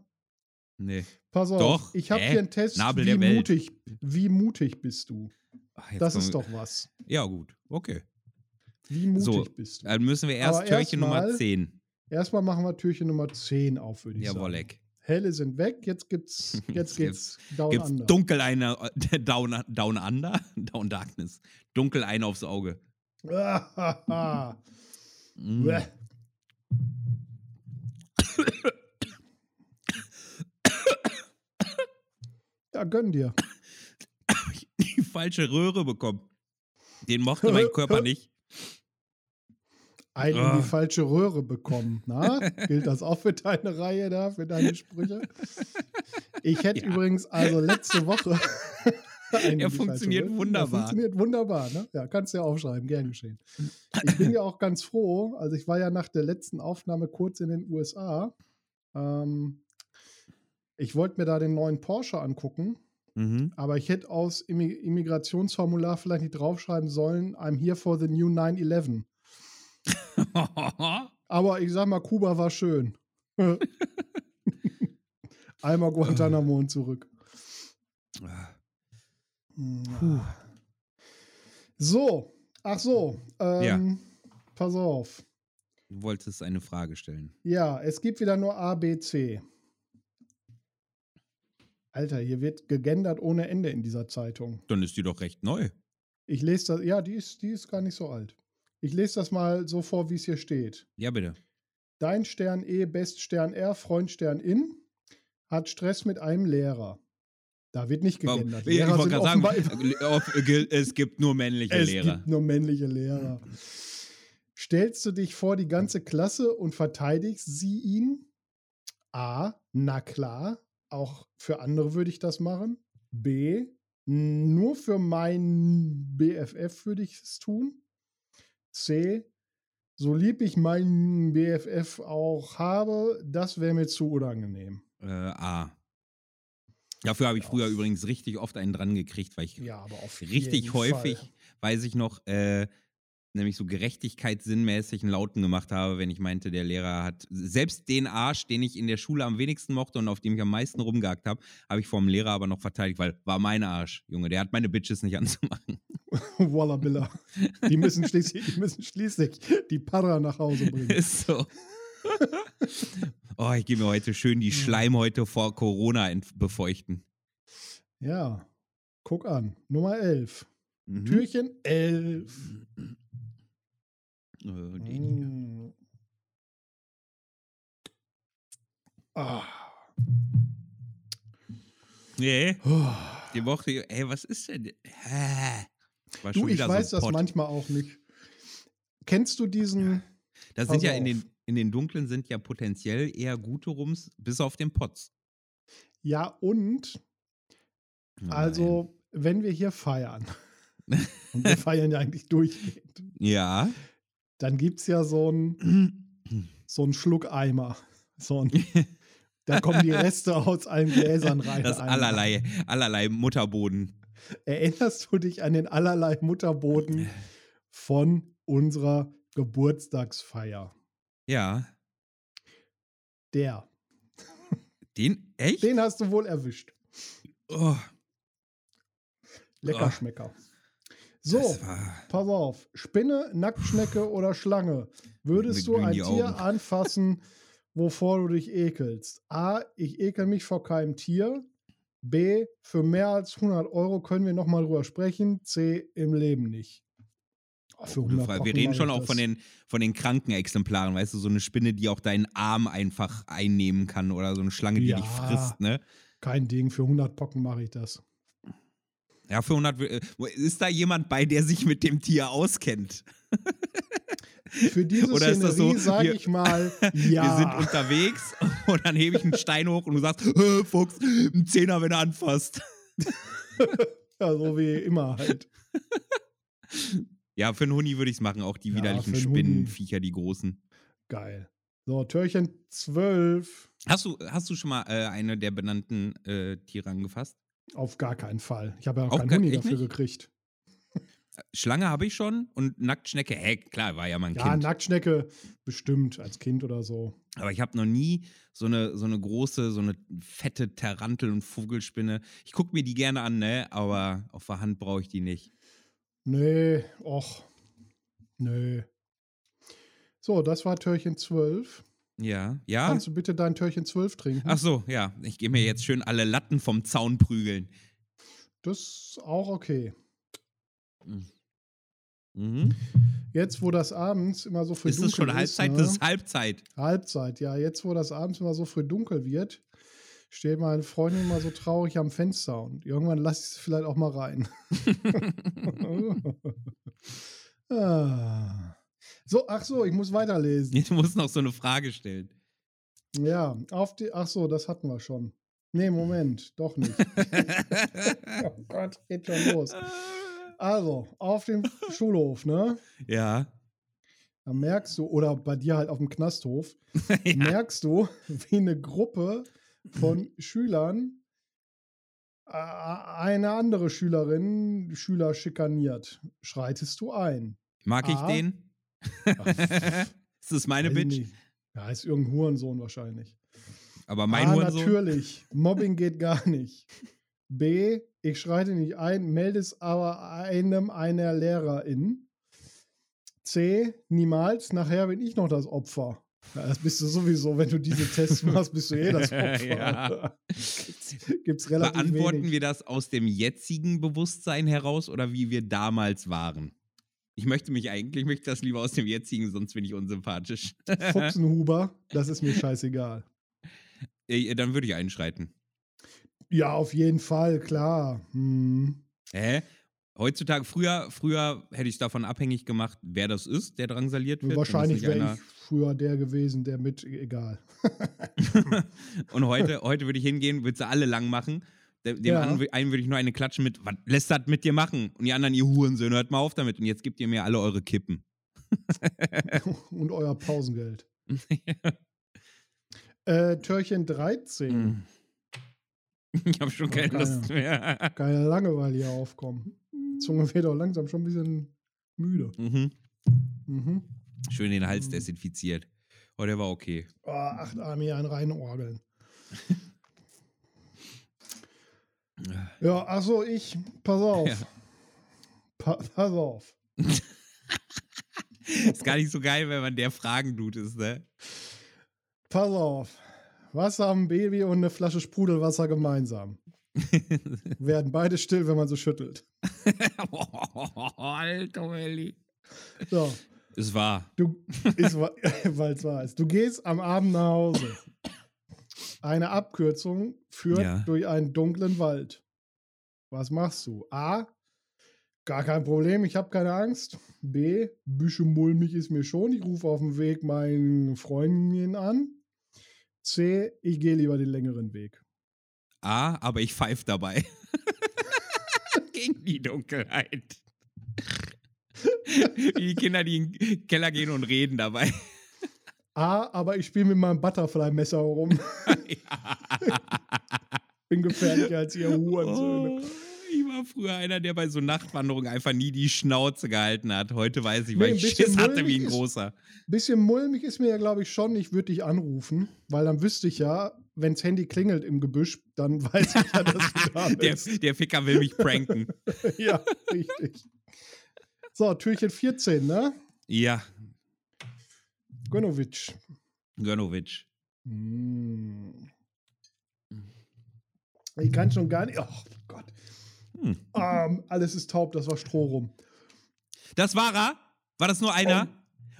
nee. Pass auf, Doch, ich habe hä? hier einen Test, Nabel wie der Welt. mutig, wie mutig bist du? Ach, jetzt das kommen ist wir- doch was. Ja, gut. Okay. Wie mutig So, äh, bist du? Dann müssen wir erst Aber Türchen Nummer erstmal- 10. Erstmal machen wir Türchen Nummer 10 auf, würde ich sagen. Jawollek. Helle sind weg, jetzt gibt's, jetzt Jetzt geht's down Gibt's under. dunkel eine down, down under? Down Darkness. Dunkel ein aufs Auge. Ahaha. Mm. Bäh. Ja, gönn dir. Die falsche Röhre bekommen. Den mochte mein Körper nicht. Pfeil in Ah. die falsche Röhre bekommen. Na, gilt das auch für deine Reihe da, für deine Sprüche? Ich hätte Ja. übrigens also letzte Woche. einen in die Er falsche funktioniert Röhre- Er wunderbar. Funktioniert wunderbar, ne? Ja, kannst du ja aufschreiben, gern geschehen. Ich bin ja auch ganz froh. Also, ich war ja nach der letzten Aufnahme kurz in den USA. Ähm, ich wollte mir da den neuen Porsche angucken. Mhm. Aber ich hätte aufs Immi Immigrationsformular vielleicht nicht draufschreiben sollen, I'm here for the new 9-11. Ah. Aber ich sag mal, Kuba war schön. Einmal Guantanamo und zurück. So, ach so. Ähm, Pass auf. Du wolltest eine Frage stellen. Ja, es gibt wieder nur A, B, C. Alter, hier wird gegendert ohne Ende in dieser Zeitung. Dann ist die doch recht neu. Ich lese das, ja, die ist, die ist gar nicht so alt. Ich lese das mal so vor, wie es hier steht. Ja, bitte. Dein Stern E, Best Stern R, Freund Stern In, hat Stress mit einem Lehrer. Da wird nicht Warum- geändert. Ich wollte gerade sagen, offenbar immer- äh, auf- äh, gel- es gibt nur männliche es Lehrer. gibt nur männliche Lehrer. Stellst du dich vor die ganze Klasse und verteidigst sie ihn? A, na klar, auch für andere würde ich das machen. B, nur für meinen BFF würde ich es tun. C, so lieb ich meinen BFF auch habe, das wäre mir zu unangenehm. Äh, A. Dafür habe ich früher übrigens richtig oft einen dran gekriegt, weil ich Ja, aber auf jeden richtig häufig, Fall. weiß ich noch, äh, nämlich so gerechtigkeitssinnmäßig einen Lauten gemacht habe, wenn ich meinte, der Lehrer hat selbst den Arsch, den ich in der Schule am wenigsten mochte und auf dem ich am meisten rumgehackt habe, habe ich vor dem Lehrer aber noch verteidigt, weil war mein Arsch, Junge, der hat meine Bitches nicht anzumachen. Wallabilla. Die müssen schließlich, die müssen schließlich die Para nach Hause bringen. Ist so. oh, ich gehe mir heute schön Mhm. die Schleimhäute vor Corona ent- befeuchten. Ja, guck an. Nummer 11. Mhm. Türchen 11. Äh, den hier. Mm. Ah. Nee, Oh. die Woche, ey, was ist denn? Hä? War Du, schon ich wieder so weiß ein das Pott. manchmal auch nicht. Kennst du diesen? Da sind Pass ja in auf. den, in den dunklen sind ja potenziell eher gute Rums, bis auf den Potz. Ja, und Nein. also, wenn wir hier feiern, und wir feiern ja eigentlich durchgehend, Ja. dann gibt es ja so ein so ein Schluckeimer. So ein, da kommen die Reste aus allen Gläsern rein. Das Ein- allerlei, allerlei Mutterboden. Erinnerst du dich an den allerlei Mutterboden von unserer Geburtstagsfeier? Ja. Der. Den, echt? Den hast du wohl erwischt. oh, Ah. Leckerschmecker. So, Das war, pass auf. Spinne, Nacktschnecke oder Schlange? Würdest Mir du ein glühen die Tier Augen. anfassen, wovor du dich ekelst? A. Ich ekel mich vor keinem Tier. B. Für mehr als 100 Euro können wir nochmal drüber sprechen. C. Im Leben nicht. Oh, für gute 100 Frage. Packen Wir reden mach schon ich auch das. von den, von den kranken Exemplaren, weißt du, so eine Spinne, die auch deinen Arm einfach einnehmen kann oder so eine Schlange, die dich Ja. frisst, ne? Kein Ding, für 100 Pocken mache ich das. Ja, für 100. äh, Ist da jemand bei, der sich mit dem Tier auskennt? Für diese Oder ist das so, Szenerie sage wir- ich mal, ja. Wir sind unterwegs und dann hebe ich einen Stein hoch und du sagst, "Äh, Fuchs, ein Zehner, wenn du anfasst. ja, so wie immer halt. Ja, für einen Huni würde ich es machen, auch die Ja, widerlichen für einen Huni. Spinnenviecher, die großen. Geil. So, Türchen 12. Hast du, hast du schon mal äh, eine der benannten äh, Tiere angefasst? Auf gar keinen Fall. Ich habe ja Auf auch keinen gar- Huni echt dafür nicht? gekriegt. Schlange habe ich schon und Nacktschnecke, hä, klar, war ja mein Ja, Kind. Nacktschnecke bestimmt als Kind oder so. Aber ich habe noch nie so eine, so eine große, so eine fette Tarantel- und Vogelspinne. Ich gucke mir die gerne an, ne? Aber auf der Hand brauche ich die nicht. Nee, och. Nee. So, das war Türchen 12. Ja, ja. Kannst du bitte dein Türchen 12 trinken? Ah. Ach so, ja. Ich gehe mir jetzt schön alle Latten vom Zaun prügeln. Das ist auch okay. Mhm. Jetzt, wo das abends immer so früh Ist das schon dunkel Halbzeit? ne? Das ist Halbzeit. Halbzeit, ja. Jetzt, wo das abends immer so früh dunkel wird, steht meine Freundin mal so traurig am Fenster und irgendwann lasse ich sie vielleicht auch mal rein. ah. So, ach so, ich muss weiterlesen. Du musst noch so eine Frage stellen. Ja, auf die. Ach so, das hatten wir schon. Nee, Moment, doch nicht. oh Gott, geht schon los. Also, auf dem Schulhof, ne? ja. Da merkst du, oder bei dir halt auf dem Knasthof, merkst du, wie eine Gruppe von Schülern äh, eine andere Schülerin, Schüler schikaniert. Schreitest du ein? Mag ich Ah. den? Ist das meine Weiß ich Bitch? nicht. Ja, ist irgendein Hurensohn wahrscheinlich. Aber mein A, Hurensohn? Ah, natürlich. Mobbing geht gar nicht. B, ich schreite nicht ein, melde es aber einem einer Lehrerin. C, niemals, nachher bin ich noch das Opfer. Ja, das bist du sowieso, wenn du diese Tests machst, bist du eh das Opfer. Ja. Gibt's relativ Beantworten wenig. wir das aus dem jetzigen Bewusstsein heraus oder wie wir damals waren? Ich möchte mich eigentlich, ich möchte das lieber aus dem jetzigen, sonst bin ich unsympathisch. Fuchsenhuber, das ist mir scheißegal. Äh, Dann würde ich einschreiten. Ja, auf jeden Fall, klar. Hm. Hä? Heutzutage, früher, früher hätte ich es davon abhängig gemacht, wer das ist, der drangsaliert wird. wenn das Wahrscheinlich nicht einer- wäre ich früher der gewesen, der mit, egal. Und heute, heute würde ich hingehen, würde sie alle lang machen. De- Dem Ja. anderen, einen würde ich nur eine klatschen mit, was lässt das mit dir machen? Und die anderen, ihr Hurensöhne, hört mal auf damit. Und jetzt gebt ihr mir alle eure Kippen. Und euer Pausengeld. Äh, Türchen 13. Mm. Ich habe schon Oh, keine geil. Lust mehr. Keine Langeweile hier aufkommen. Zunge wird auch langsam schon ein bisschen müde. Mhm. Mhm. Schön den Hals Mm. desinfiziert. Oh, der war okay. Oh, acht Arme ein reinorgeln. ja, achso, ich, pass auf. Ja. Pa pass auf. Ist gar nicht so geil, wenn man der Fragendude ist, ne? Pass auf. Was haben ein Baby und eine Flasche Sprudelwasser gemeinsam? Werden beide still, wenn man sie schüttelt. Alter, Melli. So, Es war. du, ist, wa- weil's wahr ist. Du gehst am Abend nach Hause. Eine Abkürzung führt Ja. durch einen dunklen Wald. Was machst du? A. Gar kein Problem, ich habe keine Angst. B. Büsche mulmig ist mir schon. Ich rufe auf dem Weg meinen Freundin an. C. Ich gehe lieber den längeren Weg. A, aber ich pfeif dabei. Gegen die Dunkelheit. Wie die Kinder, die in den Keller gehen und reden dabei. A. Aber ich spiele mit meinem Butterfly-Messer herum. Bin gefährlicher als ihr Hurensöhne. Oh, ich war früher einer, der bei so Nachtwanderungen einfach nie die Schnauze gehalten hat. Heute weiß ich, Nee, weil ein ich bisschen Schiss hatte wie ein mulmig ist- großer. Bisschen mulmig ist mir ja, glaube ich, schon. Ich würde dich anrufen, weil dann wüsste ich ja, wenns Handy klingelt im Gebüsch, dann weiß ich ja, dass du da Der, bist. der Ficker will mich pranken. ja, richtig. So, Türchen 14, ne? Ja, Gönowitsch. Gönovic. Hm. Ich kann schon gar nicht. Oh Gott. Hm. Ähm, alles ist taub, das war Stroh rum. Das war er? War das nur einer?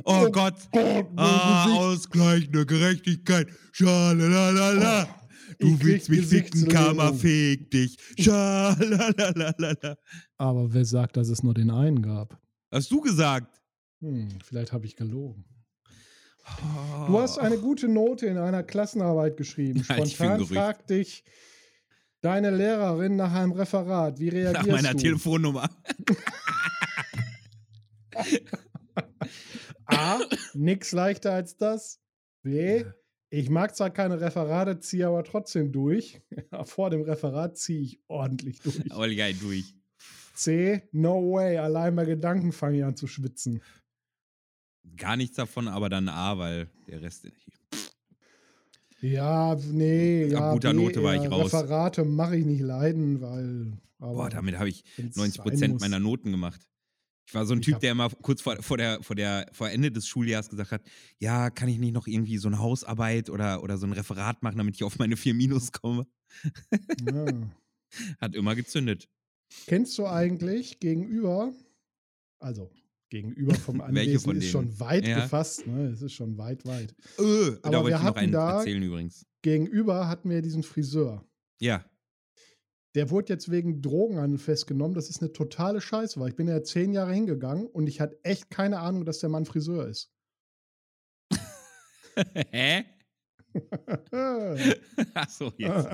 Oh, Oh Gott. Gott, mein Ah, Gesicht. ausgleichende Gerechtigkeit. Schalalala. Oh, Ich Du krieg willst mich ficken, Karma Gesichtslähmung. feg dich. Schalalalala. Aber wer sagt, dass es nur den einen gab? Hast du gesagt? Hm, vielleicht habe ich gelogen. Du hast eine gute Note in einer Klassenarbeit geschrieben. Halte ich für ein Spontan Gerücht. fragt dich deine Lehrerin nach einem Referat. Wie Nach reagierst meiner du? Telefonnummer. A. Nix leichter als das. B. Ich mag zwar keine Referate, ziehe aber trotzdem durch. Vor dem Referat ziehe ich ordentlich durch. Aber geil, durch. C. No way. Allein bei Gedanken fange ich an zu schwitzen. Gar nichts davon, aber dann A, weil der Rest. Ja, nee. Ab Ja, guter B, Note war ich eher. raus. Referate mache ich nicht leiden, weil. Aber Boah, damit habe ich wenn's 90 sein Prozent muss. meiner Noten gemacht. Ich war so ein Ich Typ, hab- der immer kurz vor, vor, der, vor, der, vor Ende des Schuljahres gesagt hat, ja, kann ich nicht noch irgendwie so eine Hausarbeit oder, oder so ein Referat machen, damit ich auf meine 4 Minus komme? Ja. Hat immer gezündet. Kennst du eigentlich gegenüber, also gegenüber vom Welche Anwesen von ist denen? schon weit Ja. gefasst, ne? Es ist schon weit, weit. Öh, Aber da wollte wir ich noch hatten einen da- erzählen übrigens. Gegenüber hatten wir diesen Friseur. Ja. Der wurde jetzt wegen Drogenhandel festgenommen. Das ist eine totale Scheiße, weil ich bin ja zehn Jahre hingegangen und ich hatte echt keine Ahnung, dass der Mann Friseur ist. Hä? Achso, jetzt.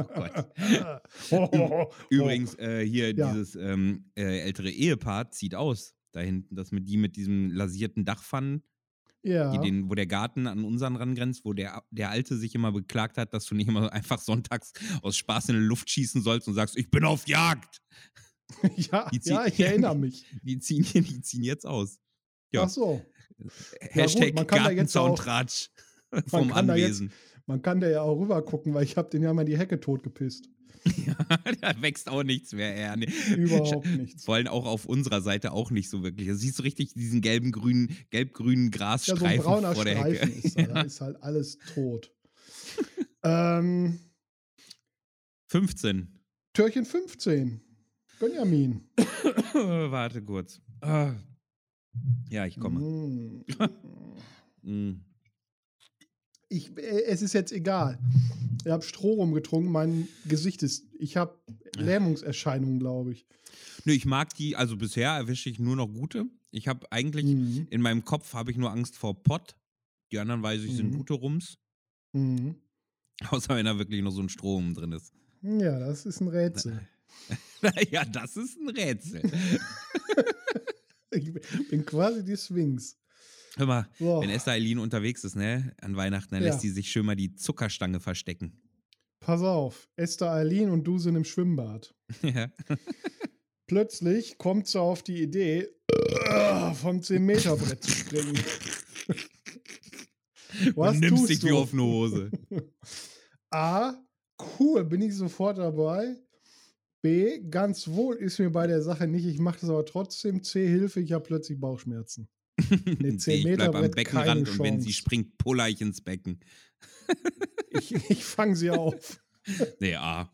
Oh Gott. Übrigens, äh, hier Ja. dieses ähm, äh, ältere Ehepaar zieht aus. Da hinten, dass mit die mit diesem lasierten Dachpfannen, ja. die den, wo der Garten an unseren rangrenzt, wo der, der Alte sich immer beklagt hat, dass du nicht immer einfach sonntags aus Spaß in die Luft schießen sollst und sagst, ich bin auf Jagd. ja, die ja, zieht- ich erinnere mich. Die ziehen, die ziehen jetzt aus. Ja. Ach so. Hashtag man kann da jetzt auch- Gartenzaun-Tratsch vom kann da jetzt- Anwesen. Man kann da ja auch rüber gucken, weil ich habe den ja mal die Hecke totgepisst. da wächst auch nichts mehr. Ja, nee. Überhaupt nichts. Vor allem auch auf unserer Seite auch nicht so wirklich. Da siehst du richtig diesen gelben, grünen, gelb-grünen Ja, so Grasstreifen ein brauner vor der Streifen Hecke. ist da. Da ist halt alles tot. ähm, 15. Türchen 15. Benjamin. Warte kurz. Ah. Ja, ich komme. Mm. Mhm. Mm. Ich, äh, es ist jetzt egal. Ich habe Stroh rumgetrunken, mein Gesicht ist. Ich habe Lähmungserscheinungen, glaube ich. Nö, ich mag die, also bisher erwische ich nur noch gute. Ich habe eigentlich, Mhm. in meinem Kopf habe ich nur Angst vor Pott. Die anderen weiß ich, sind Mhm. gute Rums. Mhm. Außer wenn da wirklich noch so ein Strom drin ist. Ja, das ist ein Rätsel. ja, das ist ein Rätsel. Ich bin quasi die Sphinx. Hör mal, So, Wenn Esther Eileen unterwegs ist, ne, an Weihnachten, dann Oh. Ja. lässt sie sich schön mal die Zuckerstange verstecken. pass auf. Esther Eileen und du sind im Schwimmbad. Ja. Plötzlich kommt sie auf die Idee, äh, vom 10-Meter-Brett zu springen. Was und nimmst tust dich wie du? auf eine Hose. A, cool, bin ich sofort dabei. B, ganz wohl ist mir bei der Sache nicht, ich mache das aber trotzdem. C, Hilfe, ich habe plötzlich Bauchschmerzen. Nee, 10 ich Meter bleib am Brett, Beckenrand keine und wenn sie Chance. springt, puller ich ins Becken. Ich, ich fange sie auf. Nee, ah.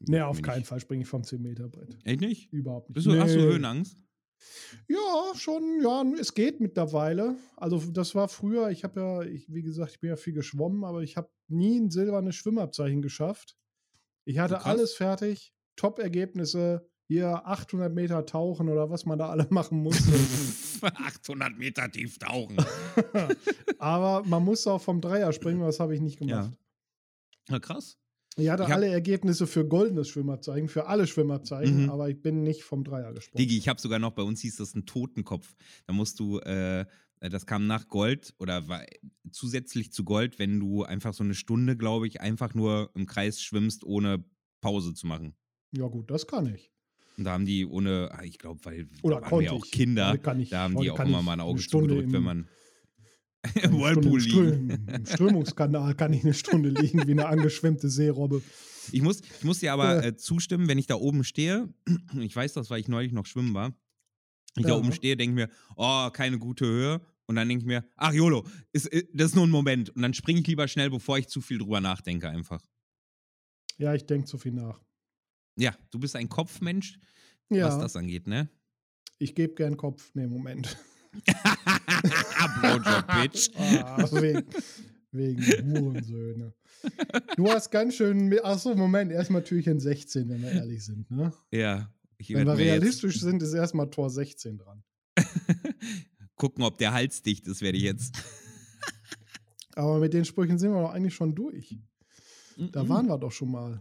Nee, auf Bin keinen ich- Fall springe ich vom 10-Meter-Brett. Echt nicht? Überhaupt nicht. Bist du, Hast du Nee. Höhenangst? Ja, schon, ja, es geht mittlerweile. Also das war früher, ich habe ja, ich, wie gesagt, ich bin ja viel geschwommen, aber ich habe nie ein silbernes Schwimmabzeichen geschafft. Ich hatte Oh, krass. alles fertig, Top-Ergebnisse, hier 800 Meter tauchen oder was man da alle machen musste. 800 Meter tief tauchen. aber man musste auch vom Dreier springen, das habe ich nicht gemacht. Na krass. Ich hatte Ich hab- alle Ergebnisse für goldenes Schwimmabzeichen, für alle Schwimmabzeichen, Mhm. aber ich bin nicht vom Dreier gesprungen. Digi, ich habe sogar noch, bei uns hieß das ein Totenkopf. Da musst du, äh, das kam nach Gold oder war zusätzlich zu Gold, wenn du einfach so eine Stunde, glaube ich, einfach nur im Kreis schwimmst, ohne Pause zu machen. Ja gut, das kann ich. Und da haben die ohne, ah, ich glaube, weil Oder da waren konnte ja auch ich. Kinder, Heute kann ich- da haben heute die auch kann immer ich mal ein eine Auge Stunde zugedrückt, wenn im- man im Eine Whirlpool Stunde im liegt. Ström- Im Strömungskanal kann ich eine Stunde liegen wie eine angeschwemmte Seerobbe. Ich muss, ich muss dir aber Ja. äh, zustimmen, wenn ich da oben stehe, ich weiß das, weil ich neulich noch schwimmen war, wenn ich da Ja. oben stehe, denke ich mir, oh, keine gute Höhe. Und dann denke ich mir, ach Jolo, ist, äh, das ist nur ein Moment. Und dann springe ich lieber schnell, bevor ich zu viel drüber nachdenke einfach. Ja, ich denke zu viel nach. Ja, du bist ein Kopfmensch, was Ja, das angeht, ne? ich gebe gern Kopf. Nee, Moment. Blowjob, Bitch. Ah, wegen, wegen Hurensöhne. Du hast ganz schön. mi- Ach so, Moment, erstmal Türchen 16, wenn wir ehrlich sind. Ne? Ja. Ich Wenn werd wir mir jetzt realistisch sind, ist erstmal Tor 16 dran. Gucken, ob der Hals dicht ist, werde ich jetzt. Aber mit den Sprüchen sind wir doch eigentlich schon durch. Da Mhm. waren wir doch schon mal.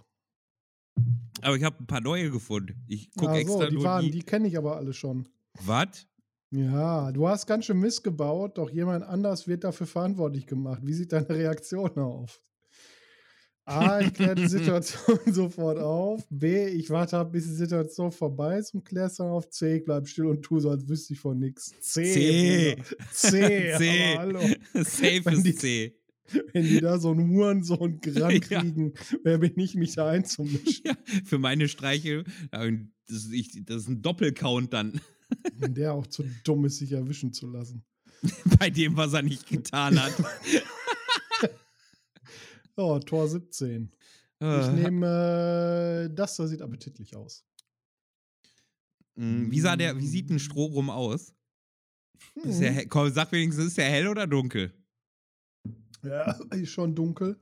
Aber ich habe ein paar neue gefunden. Ich gucke Ach so, extra die nur waren, die. die kenne ich aber alle schon. Was? Ja, du hast ganz schön Mist gebaut, doch jemand anders wird dafür verantwortlich gemacht. Wie sieht deine Reaktion auf? A, ich kläre die Situation sofort auf. B, ich warte ab, bis die Situation vorbei ist und kläre es dann auf. C, ich bleib still und tu so, als wüsste ich von nichts. C. C. Bruder. C. C. Aber hallo. Safe Wenn die- ist C. Wenn die da so einen Hurensohn rankriegen, wer bin ich, mich da einzumischen? Ja, für meine Streiche, äh, das ist, ich, das ist ein Doppelcount dann Wenn der auch zu dumm ist, sich erwischen zu lassen. bei dem, was er nicht getan hat. So, Oh, Tor 17. Ich Äh, nehme äh, das, das sieht appetitlich aus. mh, Hm, wie, sah der, wie Mhm. sieht ein Strohrum aus? Ist der, he- komm, sag wenigstens, ist der hell oder dunkel? Ja, ist schon dunkel.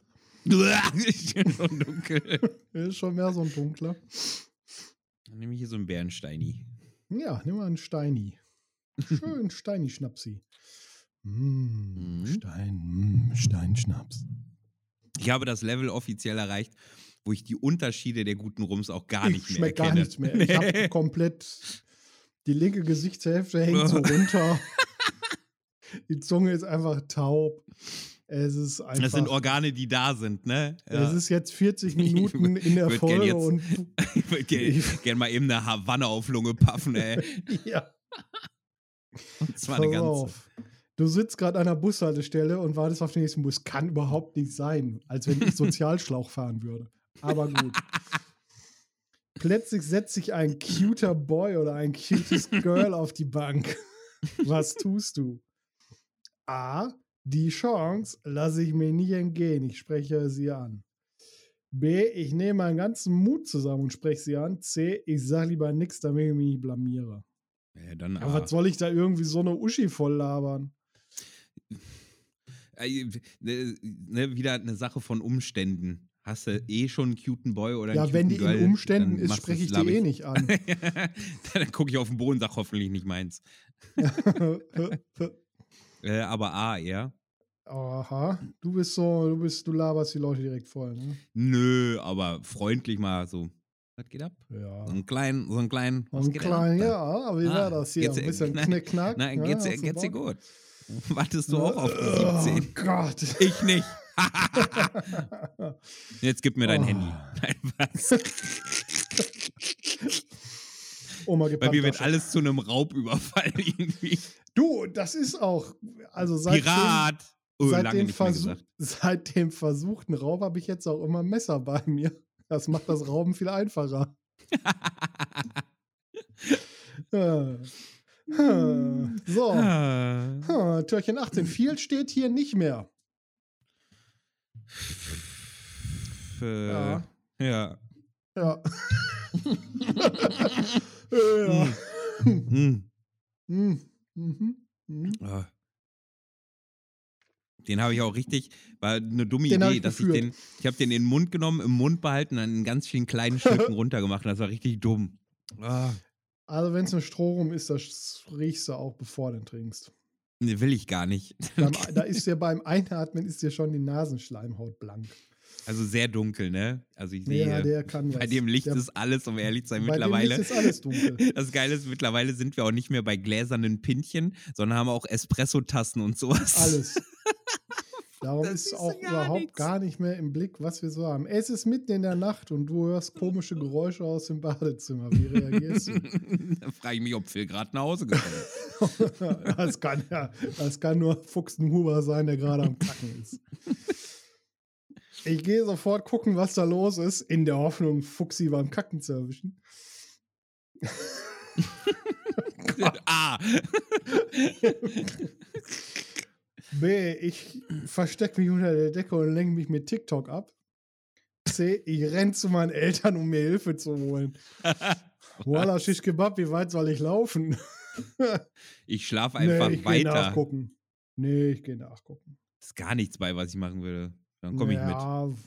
Ich bin schon dunkel. Ist schon mehr so ein dunkler. Dann nehme ich hier so einen Bärensteini. Ja, nimm mal einen Steini. Schön Steini-Schnapsi. Mm, Mhm. Stein, mm, Steinschnaps. Ich habe das Level offiziell erreicht, wo ich die Unterschiede der guten Rums auch gar Ich Ah, nicht mehr schmeckt gar erkenne. nichts mehr. Ich habe komplett die linke Gesichtshälfte hängt so runter. die Zunge ist einfach taub. Es ist einfach. das sind Organe, die da sind, ne? Es ist jetzt 40 Minuten in der Ich würd gern Folge jetzt- und ich würde gerne gern mal eben eine Havanna auf Lunge paffen, ey. ja, Und zwar eine pass ganze. auf. Du sitzt gerade an einer Bushaltestelle und wartest auf den nächsten Bus. Kann überhaupt nicht sein, als wenn ich Sozialschlauch fahren würde. Aber gut. Plötzlich setzt sich ein cuter Boy oder ein cutes Girl auf die Bank. Was tust du? A. Die Chance lasse ich mir nie entgehen. Ich spreche sie an. B. Ich nehme meinen ganzen Mut zusammen und spreche sie an. C. Ich sage lieber nichts, damit ich mich nicht blamiere. Ja, dann Aber aber. was soll ich da irgendwie so eine Uschi voll labern? Äh, ne, ne, wieder eine Sache von Umständen. Hast du eh schon einen cuten Boy oder einen Mhm. ja, wenn die cuten Girl, in Umständen dann ist, machst du spreche ich das die eh labbig. nicht an. dann gucke ich auf den Boden und sage hoffentlich nicht meins. Äh, aber A, ja. Aha, du bist so, du bist, du laberst die Leute direkt voll, ne? Nö, aber freundlich mal so. Was geht ab? Ja. So einen kleinen, so einen kleinen. was Und geht denn klein, ab? ja, aber wie Ah, war das hier? geht's Ein dir- bisschen nein, knickknack? Nein, ja, geht's, dir- hast geht's dir Bock? gut? Wartest du auch auf oh, die 17? Gott. Ich nicht. Jetzt gib mir dein Oh. Handy. Nein, was? Oma Bei mir wird gepackt. alles zu einem Raubüberfall irgendwie. Du, das ist auch, also seit Pirat. Oh, seit, lange dem nicht mehr Versuch, gesagt. seit dem versuchten Raub habe ich jetzt auch immer ein Messer bei mir. Das macht das Rauben viel einfacher. Äh. Äh. so, Ah. Äh, Türchen 18. Viel steht hier nicht mehr. Äh, Ja. ja. Ja. ja. Hm. Mhm. Mhm. Mhm. Ah. Den habe ich auch richtig, war eine dumme Den habe Idee, ich dass geführt. ich den, ich habe den in den Mund genommen, im Mund behalten, dann in ganz vielen kleinen Stücken runtergemacht. Das war richtig dumm. Ah, Also, wenn es ein Strohrum ist, das riechst du auch, bevor du ihn trinkst. nee, will ich gar nicht. Beim, da ist dir beim Einatmen ist dir schon die Nasenschleimhaut blank. Also sehr dunkel, ne? Also ich sehe, Ja, der kann was. bei dem Licht der, ist alles, um ehrlich zu sein, bei dem mittlerweile. Licht ist alles dunkel. Das Geile ist, mittlerweile sind wir auch nicht mehr bei gläsernen Pintchen, sondern haben auch Espresso-Tassen und sowas. Alles. Darum Das ist siehst du auch gar überhaupt nix. gar nicht mehr im Blick, was wir so haben. Es ist mitten in der Nacht und du hörst komische Geräusche aus dem Badezimmer. Wie reagierst du? da frage ich mich, ob Phil gerade nach Hause gekommen ist. das, kann ja, das kann nur Fuchsenhuber sein, der gerade am Kacken ist. Ich gehe sofort gucken, was da los ist, in der Hoffnung, Fuchsi beim Kacken zu erwischen. ah! B. Ich verstecke mich unter der Decke und lenke mich mit TikTok ab. C. Ich renn zu meinen Eltern, um mir Hilfe zu holen. Voila, Shish Kebab, wie weit soll ich laufen? Ich schlafe einfach ich gehe weiter. nachgucken. Nee, ich gehe nachgucken. Ist gar nichts bei, was ich machen würde. Dann komme ja, ich mit.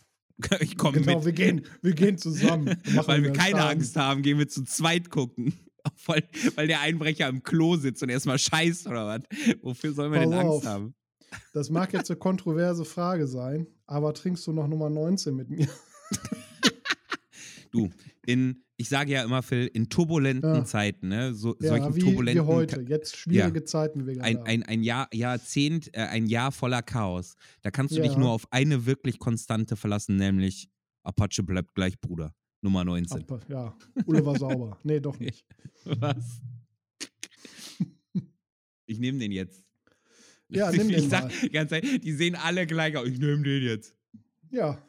Ich komme Genau, mit. wir gehen, wir gehen zusammen. Dann machen Weil wir das keine dann. Angst haben, gehen wir zu zweit gucken. Weil, weil der Einbrecher im Klo sitzt und erstmal scheißt oder was. Wofür soll man Pass denn Angst auf. haben? Das mag jetzt eine kontroverse Frage sein, aber trinkst du noch Nummer 19 mit mir? Du, in, ich sage ja immer, Phil, in turbulenten Ja. Zeiten, ne? So, Ja, solchen wie, wie turbulenten heute. Jetzt schwierige Zeiten wegen ein, ein, ein Jahr, Jahrzehnt, äh, ein Jahr voller Chaos. Da kannst du dich Ja. nur auf eine wirklich konstante verlassen, nämlich Apache bleibt gleich Bruder. Nummer 19. Abpa ja, Ulle war sauber. Nee, doch nicht. Was? Ich nehme den jetzt. Ja, nimm ich den sag mal. die ganze Zeit, die sehen alle gleich aus. Ich nehme den jetzt. Ja,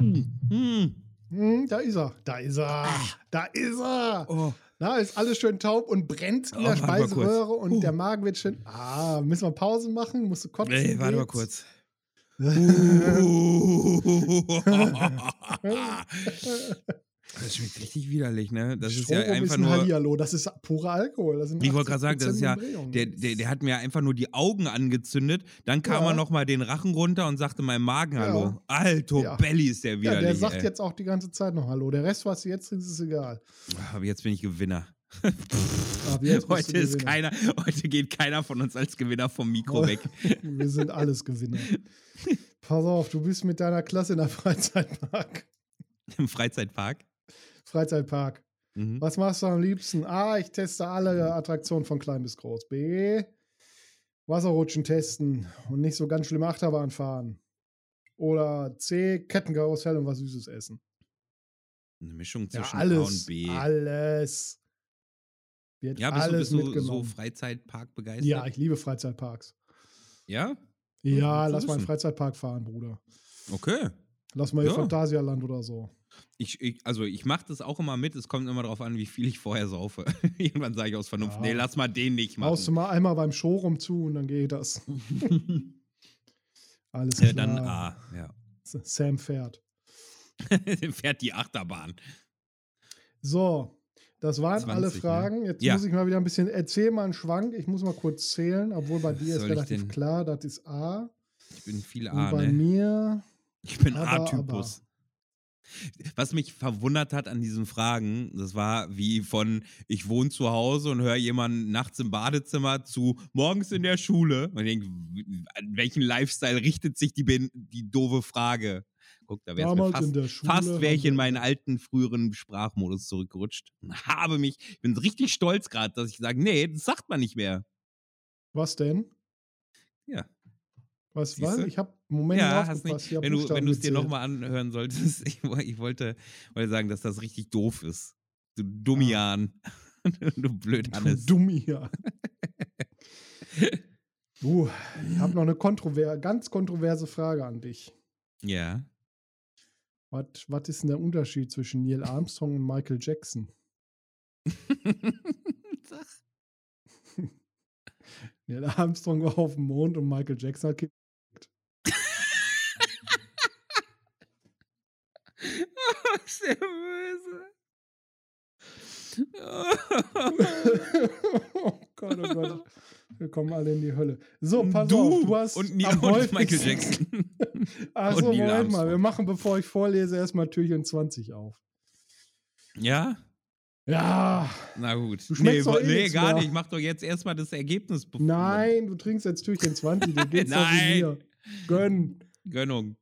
Hm. hm, da ist er. Da ist er. Ah. Da ist er. Oh. Na, ist alles schön taub und brennt in Oh, der warte mal kurz. Speiseröhre und Uh. der Magen wird schön. Ah, müssen wir Pause machen? Musst du kotzen? Ey, warte mal geht's? kurz. Uh. das schmeckt richtig widerlich, ne? Das ist ja Strohrum einfach ein nur. Hallihallo, das ist purer Alkohol. Das sind Ich wollte gerade sagen, das ist 80% ja Umdrehung. Der, der, der hat mir einfach nur die Augen angezündet. Dann kam Hm. Ja. er nochmal den Rachen runter und sagte meinem Magen Ja. Hallo. Alto Ja. Belly ist der ja, widerlich. der sagt ey. jetzt auch die ganze Zeit noch Hallo. Der Rest, was du jetzt trinkst, ist egal. Aber jetzt bin ich Gewinner. Ab jetzt bist du heute, ist Gewinner. Oh. keiner, heute geht keiner von uns als Gewinner vom Mikro weg. Wir sind alles Gewinner. Pass auf, du bist mit deiner Klasse in der Freizeitpark. Im Freizeitpark. Freizeitpark. Mhm. Was machst du am liebsten? A, ich teste alle Attraktionen von klein bis groß. B, Wasserrutschen testen und nicht so ganz schlimm Achterbahn fahren. Oder C, Kettenkarussell und was Süßes essen. Eine Mischung Ja, zwischen A und alles. B. Alles. Wird ja, bist alles du, bist du so mitgenommen. Freizeitpark begeistert? ja, ich liebe Freizeitparks. Ja? Ja, gut lass zu mal in den wissen. Freizeitpark fahren, Bruder. Okay. Lass mal in Ja. Phantasialand oder so. Ich, ich, also ich mache das auch immer mit. Es kommt immer darauf an, wie viel ich vorher saufe. Irgendwann sage ich aus Vernunft, Ja. nee, lass mal den nicht machen. Haust du mal einmal beim Showroom zu und dann geht das. Alles klar. Äh, dann A, ja. Sam fährt. Fährt die Achterbahn. So, das waren 20, alle ne? Fragen. Jetzt Ja. muss ich mal wieder ein bisschen erzähl mal einen Schwank. Ich muss mal kurz zählen, obwohl bei dir ist soll ich relativ denn? klar, das ist A. Ich bin viel und A, bei ne? mir Ich bin aber, A-Typus. Was mich verwundert hat an diesen Fragen, das war wie von ich wohne zu Hause und höre jemanden nachts im Badezimmer zu morgens in der Schule. Und ich denke, an welchen Lifestyle richtet sich die, bin- die doofe Frage? Guck, da wäre damals fast in der Schule. Fast wäre ich in haben wir- meinen alten, früheren Sprachmodus zurückgerutscht. und Habe mich, ich bin richtig stolz gerade, dass ich sage, nee, das sagt man nicht mehr. Was denn? Ja. Was Siehste? war? Ich habe Moment ja, nicht hast aufgepasst. nicht. Ich hab Wenn du, Buchstaben wenn du es dir gezählt. nochmal anhören solltest, ich, wo- ich wollte, wollte sagen, dass das richtig doof ist. Du Dummian. du blöd Hannes. Ah. Du dumm hier. du, ich habe noch eine kontrover ganz kontroverse Frage an dich. Ja. Was was ist denn der Unterschied zwischen Neil Armstrong und Michael Jackson? Neil Armstrong war auf dem Mond und Michael Jackson hat. Ki- Sehr böse. oh Gott, oh Gott. Wir kommen alle in die Hölle. So, Oh, pass du auf, du hast und, Neil- am und Michael häufigsten- Jackson. Ach und so, Neil Also Moment mal, Armstrong. wir machen, bevor ich vorlese, erstmal Türchen 20 auf. ja? Ja, Na gut. Du schmeckst doch wa- eh nee nix gar mehr. nicht. Mach doch jetzt erstmal das Ergebnis. bevor- nein, du trinkst jetzt Türchen 20, du geht's doch wie Nein. mir. Gönn. Gönnung.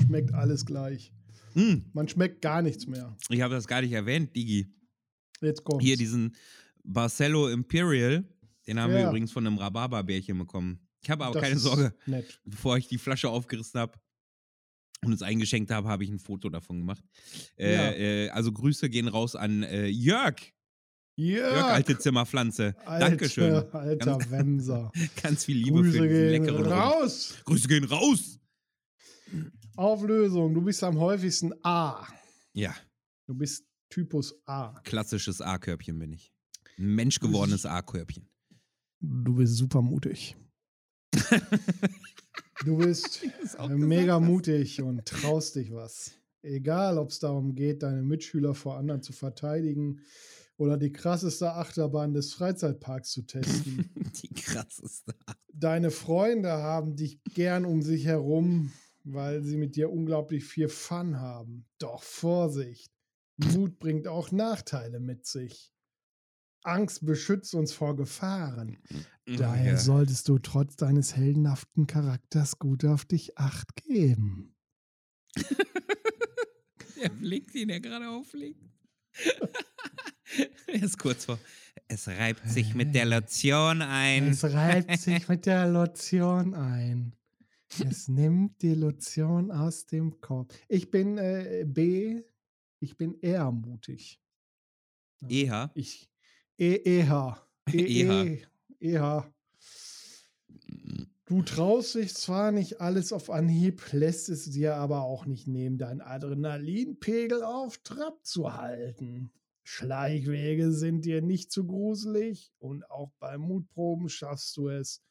Schmeckt alles gleich. Hm, Man schmeckt gar nichts mehr. ich habe das gar nicht erwähnt, Digi. Jetzt kommt. Hier diesen Barcelo Imperial, den haben wir Ja. übrigens von einem Rhabarberbärchen bekommen. Ich habe aber Das keine ist Sorge, Nett. bevor ich die Flasche aufgerissen habe und es eingeschenkt habe, habe ich ein Foto davon gemacht. Äh, Ja. äh, also Grüße gehen raus an äh, Jörg. Jörg, Ja, alte Zimmerpflanze. Dankeschön. Alter Ganz- Wemser. Ganz viel Liebe Grüße für diesen gehen leckeren Rum. raus. Grüße gehen raus. Auflösung. Du bist am häufigsten A. Ja, Du bist Typus A. klassisches A-Körbchen bin ich. Ein Mensch gewordenes A-Körbchen. Du bist super mutig. du bist Äh, Ähm, mega mutig und traust dich was. Egal, ob es darum geht, deine Mitschüler vor anderen zu verteidigen oder die krasseste Achterbahn des Freizeitparks zu testen. Die krasseste. Deine Freunde haben dich gern um sich herum, weil sie mit dir unglaublich viel Fun haben. Doch Vorsicht, Mut bringt auch Nachteile mit sich. Angst beschützt uns vor Gefahren. Daher Mhm, Ja. solltest du trotz deines heldenhaften Charakters gut auf dich acht geben. Der Blick, den er gerade auflegt. er ist kurz vor. Es reibt sich mit der Lotion ein. Es reibt sich mit der Lotion ein. Es nimmt die Lotion aus dem Kopf. Ich bin äh, B, ich bin eher mutig. Eher. Ich E EH. E E EH. Du traust dich zwar nicht alles auf Anhieb, lässt es dir aber auch nicht nehmen, deinen Adrenalinpegel auf Trab zu halten. Schleichwege sind dir nicht zu gruselig und auch bei Mutproben schaffst du es,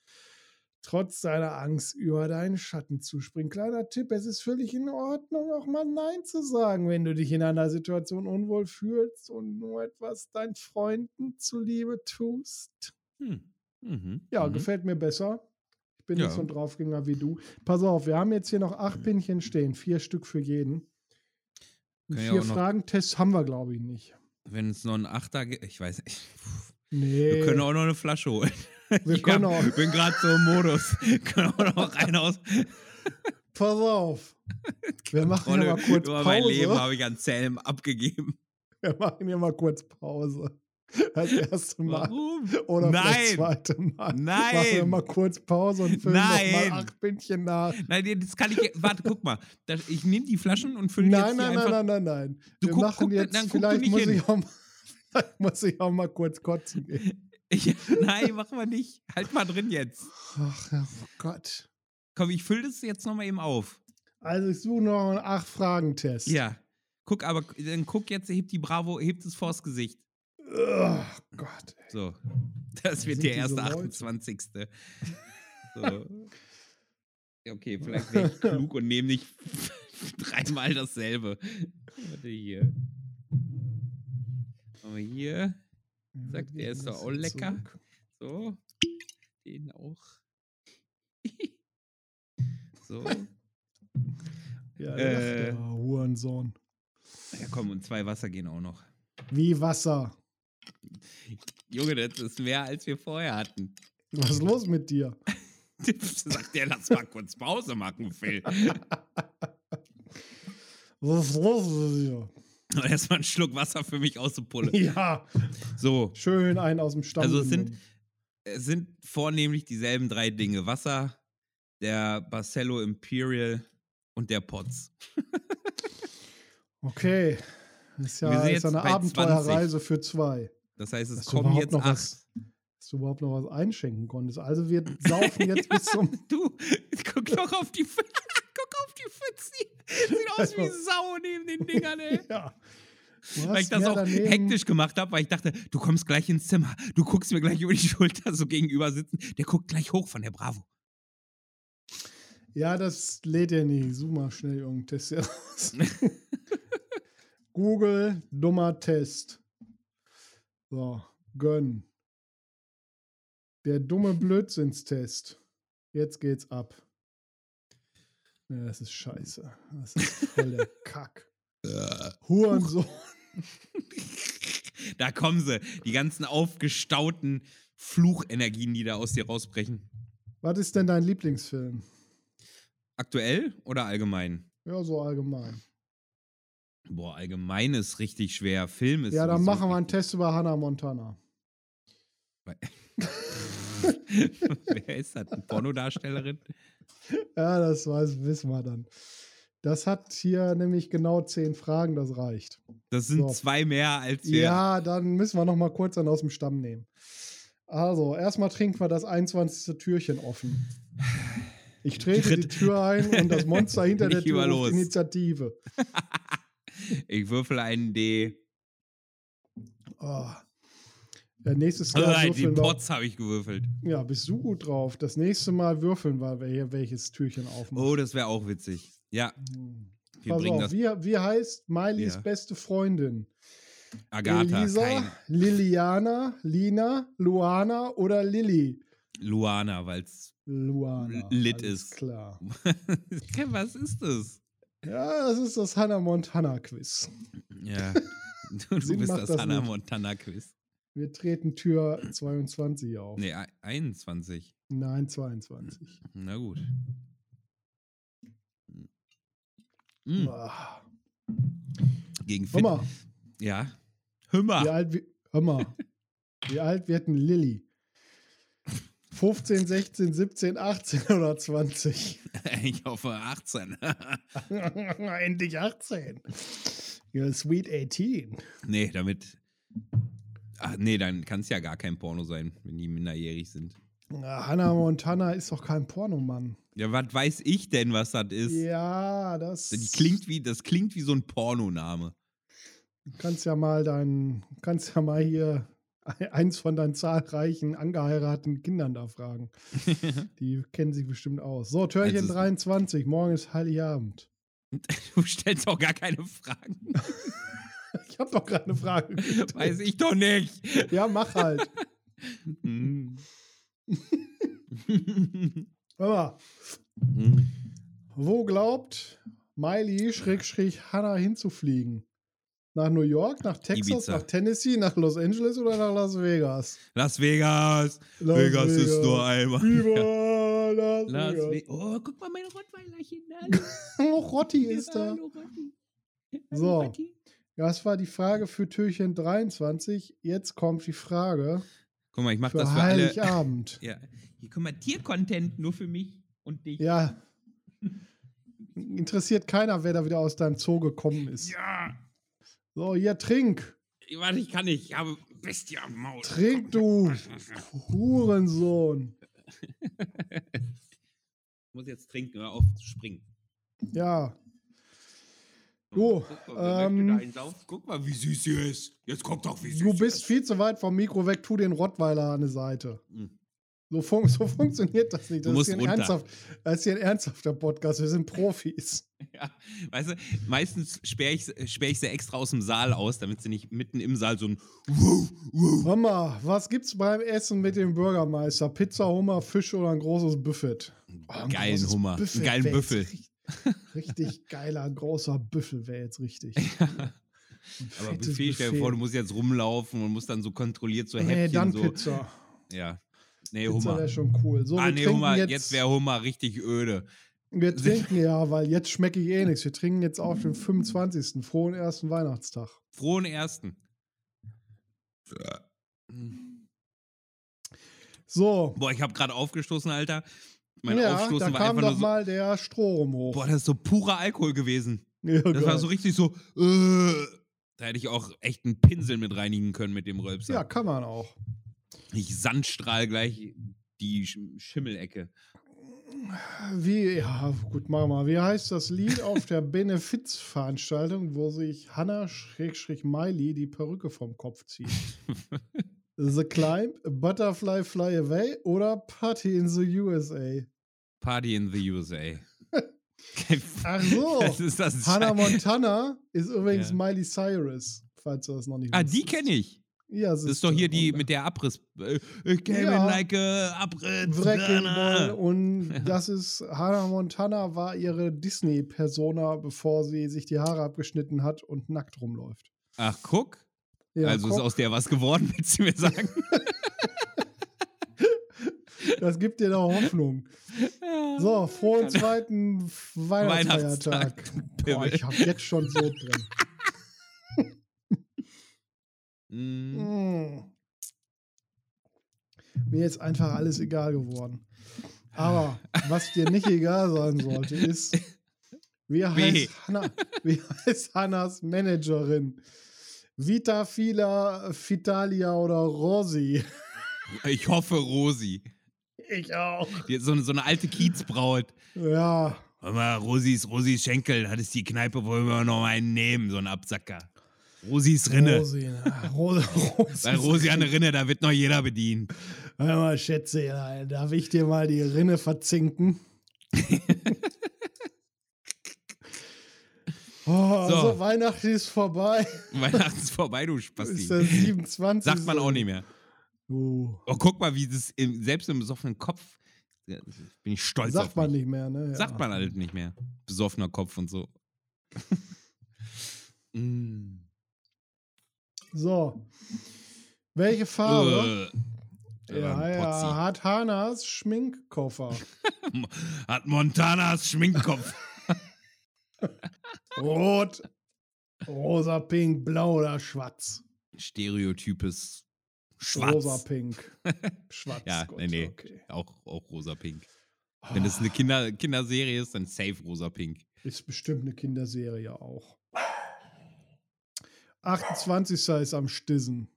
trotz seiner Angst über deinen Schatten zuspringen. Kleiner Tipp, es ist völlig in Ordnung, auch mal Nein zu sagen, wenn du dich in einer Situation unwohl fühlst und nur etwas deinen Freunden zuliebe tust. Hm. Mhm. Ja, mhm. gefällt mir besser. Ich bin Ja. nicht so ein Draufgänger wie du. Pass auf, wir haben jetzt hier noch acht Pinnchen stehen, vier Stück für jeden. Und Können ja vier auch noch- Fragentests haben wir, glaube ich, nicht. Wenn es noch einen Achter gibt, ich weiß nicht. Nee. Wir können auch noch eine Flasche holen. Wir Ich können hab- auch. bin gerade so im Modus. können wir noch rein aus. Pass auf. Wir machen hier Kontrolle mal kurz über mein Leben Pause. habe ich an Zellen abgegeben. Wir machen hier mal kurz Pause. Das erste Mal. Warum? Oder das Nein! zweite Mal. Machen wir Nein! mal kurz Pause und füllen Nein! nochmal acht Bändchen nach. Nein, nee, das kann ich. Warte, guck mal. Das, ich nehme die Flaschen und fülle die jetzt Nein, hier nein, einfach. nein, nein, nein, nein. Du wir guck- machen guck- jetzt, dann guck du vielleicht nicht muss hin. ich auch mal, vielleicht muss ich auch mal kurz kotzen gehen. Ich, nein, machen wir nicht. Halt mal drin jetzt. Ach, ja, oh Gott. Komm, ich fülle das jetzt nochmal eben auf. Also ich suche noch einen Acht-Fragen-Test. Ja. Guck, aber dann guck jetzt, hebt die Bravo, hebt es vors Gesicht. Oh Gott. So. Das Sind wird der diese erste Leute? 28. So. Ja, Okay, vielleicht wäre ich klug und nehme nicht dreimal dasselbe. Warte hier. Aber hier, Sagt er, ist doch auch lecker. so. Den auch. So. Ja, Äh. der Hurensohn. Ja, komm, und zwei Wasser gehen auch noch. Wie Wasser. Junge, das ist mehr, als wir vorher hatten. Was ist los mit dir? Sagt der, lass mal kurz Pause machen, Phil. Was ist los mit dir? Und erstmal einen Schluck Wasser für mich aus der Pulle. Ja, So, schön einen aus dem Stamm. Also es sind- genommen. es äh, sind vornehmlich dieselben drei Dinge. Wasser, der Barcello Imperial und der Potz. Okay. Das ist Wir ja sind ist jetzt eine bei Abenteuerreise für zwei. Das heißt, es Dass du kommen überhaupt jetzt noch acht. was- Dass du überhaupt noch was einschenken konntest. Also wir saufen jetzt bis zum. Du, guck doch auf die F Guck auf die Fitzi. Sieht aus wie Also- Sau neben den Dingern, ey. Ja. Du Weil ich hast das mehr auch daneben- hektisch gemacht habe, weil ich dachte, du kommst gleich ins Zimmer, du guckst mir gleich über die Schulter so gegenüber sitzen, der guckt gleich hoch von der Bravo. Ja, das lädt er nicht. Such mal schnell irgendeinen Test hier raus. Google, dummer Test. So, gönn. Der dumme Blödsinnstest. Jetzt geht's ab. Ja, das ist scheiße. Das ist voll der Kack. Hurensohn. Da kommen sie, die ganzen aufgestauten Fluchenergien, die da aus dir rausbrechen. Was ist denn dein Lieblingsfilm? Aktuell oder allgemein? Ja, so allgemein. Boah, allgemein ist richtig schwer. Film ist. ja, dann sowieso- machen wir einen Test über Hannah Montana. Wer ist das? Eine Pornodarstellerin? Ja, das weiß, wissen wir dann. Das hat hier nämlich genau zehn Fragen, das reicht. Das sind So. zwei mehr als wir. Ja, dann müssen wir noch mal kurz dann aus dem Stamm nehmen. Also, erstmal trinken wir das 21. Türchen offen. Ich trete die Dritt- Tür ein und das Monster hinter der Nicht über Tür los. ruft Initiative. Ich würfel einen D. Oh. Ja, nächstes Mal Ah, die würfeln wir. Pots habe ich gewürfelt. Ja, bist du gut drauf. Das nächste Mal würfeln wir, wer hier welches Türchen aufmacht. Oh, das wäre auch witzig. Ja, Hm. wir Pass bringen auf, das. wie, wie heißt Miley's Ja. beste Freundin? Agatha, Elisa, kein Liliana, Lina, Luana oder Lilly? Luana, weil es. Luana. Lit alles ist. Klar. Was ist das? Ja, das ist das Hannah Montana Quiz. Ja. Du, du Sinn bist macht das das Hannah nicht. Montana Quiz. Wir treten Tür 22 auf. Nee, ein- 21. Nein, 22. Na gut. Mhm. Ah. Gegen Hör Fit. mal, Ja. Hümmer. wie alt, wir- hör mal, wie alt wird denn Lilly? 15, 16, 17, 18 oder 20? Ich hoffe 18. Endlich 18. Ja, Sweet 18. nee, damit. Ach nee, dann kann es ja gar kein Porno sein, wenn die minderjährig sind. Na, Hannah Montana ist doch kein Pornomann. Ja, was weiß ich denn, was das ist? Ja, das. Die klingt wie, das klingt wie so ein Pornoname. Du kannst ja mal deinen, kannst ja mal hier e-, eins von deinen zahlreichen angeheirateten Kindern da fragen. Die kennen sich bestimmt aus. So, Törchen Also- 23, morgen ist Heiligabend. Du stellst doch gar keine Fragen. Ich habe doch gerade eine Frage. gestellt. Weiß ich doch nicht. Ja, mach halt. Mhm. Hör mal, wo glaubt Miley Schrägstrich Hannah hinzufliegen? Nach New York, nach Texas, Ibiza. nach Tennessee, nach Los Angeles oder nach Las Vegas? Las Vegas. Las Vegas ist nur einmal. Viva Las, Las Vegas. Ve oh, guck mal, mein Rottweilerchen. Hallo, Oh, Rotti ist da. Hallo, Rotti. So. Hallo, Rotti. Das war die Frage für Türchen 23. Jetzt kommt die Frage Guck mal, ich mach für das für alle. Heiligabend. Ja. Hier, guck mal, Tier-Content nur für mich und dich. ja. Interessiert keiner, wer da wieder aus deinem Zoo gekommen ist. Ja. So, hier, trink. Warte, ich kann nicht. Ich habe Bestie am Maul. Trink, du Hurensohn. Ich muss jetzt trinken, hör auf zu springen. Ja. Jo, guck, mal, wer möchte ähm, da einen Sauf? guck mal, wie süß sie ist. Jetzt guck doch, wie süß Du sie bist ist. viel zu weit vom Mikro weg. Tu den Rottweiler an die Seite. Mhm. So, fun so funktioniert das nicht. Du Das, musst ist hier ein runter. ernsthaft, das ist hier ein ernsthafter Podcast. Wir sind Profis. Ja, weißt du, meistens sperre ich, sperr ich sie extra aus dem Saal aus, damit sie nicht mitten im Saal so ein Wuh, Wuh. Hör mal, was gibt's beim Essen mit dem Bürgermeister? Pizza, Hummer, Fisch oder ein großes Buffet? Oh, ein geilen großes Hummer, einen Buffet geilen wär jetzt Büffel. richtig- Richtig geiler, großer Büffel wäre jetzt richtig. Ein Aber fettes Buffet, stell dir vor, du musst jetzt rumlaufen und musst dann so kontrolliert so Nee, Häppchen dann so. Pizza. Ja. Nee, Pizza Hummer. wäre schon cool. So, ah, wir nee, trinken Hummer, jetzt, jetzt, wäre Hummer richtig öde. Wir trinken ja, weil jetzt schmecke ich eh nichts. Wir trinken jetzt auf den 25. Frohen ersten Weihnachtstag. Frohen ersten. So. Boah, ich habe gerade aufgestoßen, Alter. Mein ja, da Aufstoßen war kam einfach doch nur so. mal der Strohrum hoch. Boah, das ist so purer Alkohol gewesen. Ja, Das war geil. so richtig so. Äh, da hätte ich auch echt einen Pinsel mit reinigen können mit dem Rölpser. ja, kann man auch. Ich sandstrahl gleich die Sch Schimmelecke. Wie, ja, gut, mach mal. Wie heißt das Lied auf der Benefizveranstaltung, wo sich Hannah Schrägstrich Miley die Perücke vom Kopf zieht? the Climb, Butterfly Fly Away oder Party in the USA? Party in the USA. Ach so. Das ist das Hannah Schei- Montana ist übrigens Ja. Miley Cyrus, falls du das noch nicht Ah, die wusstest. kenne ich. Ja, Das ist doch hier die mit der Abriss. äh, Ich came Ja. in like a Abriss. Wreckenball und das ist Hannah Montana war ihre Disney-Persona, bevor sie sich die Haare abgeschnitten hat und nackt rumläuft. Ach, guck. Ja, also ist guck, aus der was geworden, willst du mir sagen? das gibt dir doch Hoffnung. So, frohen zweiten Weihnachtsfeiertag. Weihnachtstag, du Boah, Pimmel. ich hab jetzt schon so drin. Mm, Mm. Mir ist einfach alles egal geworden. Aber was dir nicht egal sein sollte, ist, wie Weh. heißt, Hanna, wie heißt Hannas Managerin? Vita, Fila, Fitalia oder Rosi? Ich hoffe, Rosi. Ich auch. Die- So, so eine alte Kiezbraut. Ja, Hör mal, Rosis, Rosis Schenkel, das ist die Kneipe, wo wir noch einen nehmen, so ein Absacker. Rosis Rinne. Rosi. na, Ro Rosi. Bei Rosi an der Rinne, da wird noch jeder bedient. Hör mal, Schätze, darf ich dir mal die Rinne verzinken? oh, so. So. Weihnachten ist vorbei. Weihnachten ist vorbei, du Ist der Spasti. 27. Sagt man auch nicht mehr. Oh. Oh, guck mal, wie das im, selbst im besoffenen Kopf. ja, Bin ich stolz auf Sagt man mich. nicht mehr, ne? Ja. Sagt man halt nicht mehr. Besoffener Kopf und so. mm. So. Welche Farbe äh, ja, ja, hat Hanas Schminkkoffer? Potzi. Hat Montanas Schminkkopf. Rot, rosa, pink, blau oder schwarz? Stereotypes Schwarz. Rosa, pink. Schwarz. Ja, Gott, nee, nee. okay. Auch, auch rosa-pink. Wenn das eine Kinder Kinderserie ist, dann safe rosa-pink. Ist bestimmt eine Kinderserie auch. 28. ist am Stissen.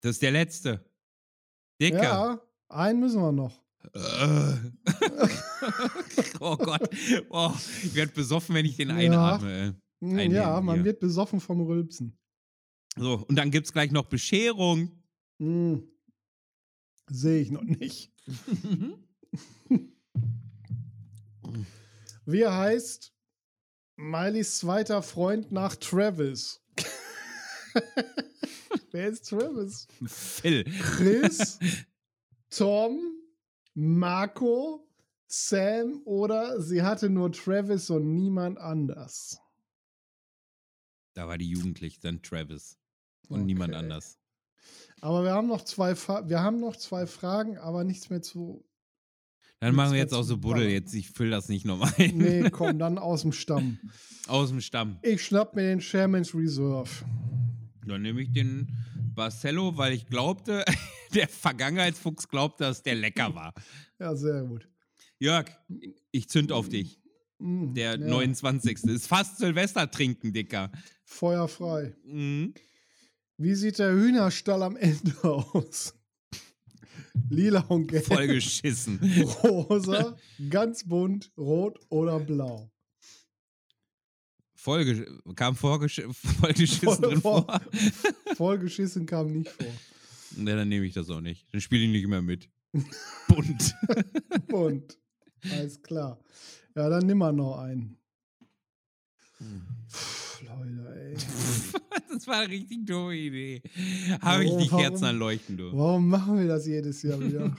Das ist der letzte. Dicker. Ja, einen müssen wir noch. Äh. oh Gott. Oh, ich werde besoffen, wenn ich den Ja. einatme. ey. Hm, Einen ja, nehmen man wir. wird besoffen vom Rülpsen. So, und dann gibt es gleich noch Bescherung. Hm. Sehe ich noch nicht. Wie heißt Mileys zweiter Freund nach Travis? Wer ist Travis? Phil. Chris, Tom, Marco, Sam oder sie hatte nur Travis und niemand anders. Da war die Jugendliche, dann Travis. Und niemand Okay. anders. Aber wir haben noch zwei, Fa wir haben noch zwei Fragen, aber nichts mehr zu. Dann machen wir Das jetzt wär auch zu so Buddel. ballern. Jetzt, ich fülle das nicht nochmal ein. Nee, komm, dann aus dem Stamm. Aus dem Stamm. Ich schnapp mir den Sherman's Reserve. Dann nehme ich den Barcelo, weil ich glaubte, der Vergangenheitsfuchs glaubte, dass der lecker war. Ja, sehr gut. Jörg, ich zünd auf dich. Mm, Der ja, 29. Ist fast Silvester trinken, Dicker. Feuerfrei. Mhm. Wie sieht der Hühnerstall am Ende aus? Lila und gelb, Vollgeschissen. rosa, ganz bunt, rot oder blau? Vollge kam vorgesch vollgeschissen Voll drin vor- vor. Vollgeschissen kam nicht vor. Ne, dann nehme ich das auch nicht. Dann spiele ich nicht mehr mit. Bunt. Bunt. Alles klar. Ja, dann nimm mal noch einen. Pff, Leute, ey. das war eine richtig dumme Idee. Habe ich Oh, die warum? Kerzen anleuchten, du. Warum machen wir das jedes Jahr wieder?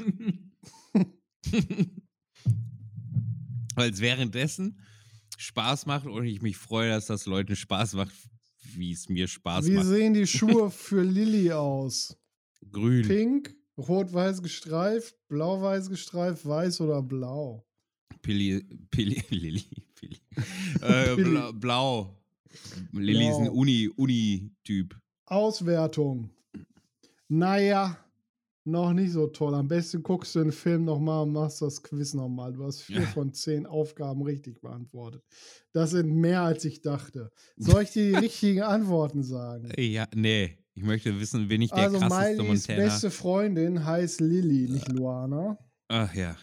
Weil es währenddessen Spaß macht und ich mich freue, dass das Leuten Spaß macht, wie es mir Spaß Wie macht. sehen die Schuhe für Lilly aus? Grün. Pink, rot-weiß gestreift, blau-weiß gestreift, weiß oder blau? Pili, Pili, Lilly, Pili. Äh, Pili. bla, blau. Lilly ist ein Blau. Uni, Uni-Typ. Auswertung. Naja, noch nicht so toll. Am besten guckst du den Film nochmal und machst das Quiz nochmal. Du hast vier Ja. von zehn Aufgaben richtig beantwortet. Das sind mehr, als ich dachte. Soll ich dir die richtigen Antworten sagen? Äh, Ja, nee. Ich möchte wissen, bin ich der Also, krasseste Miley's Montana? beste Freundin heißt Lilly, nicht Luana. Ach ja.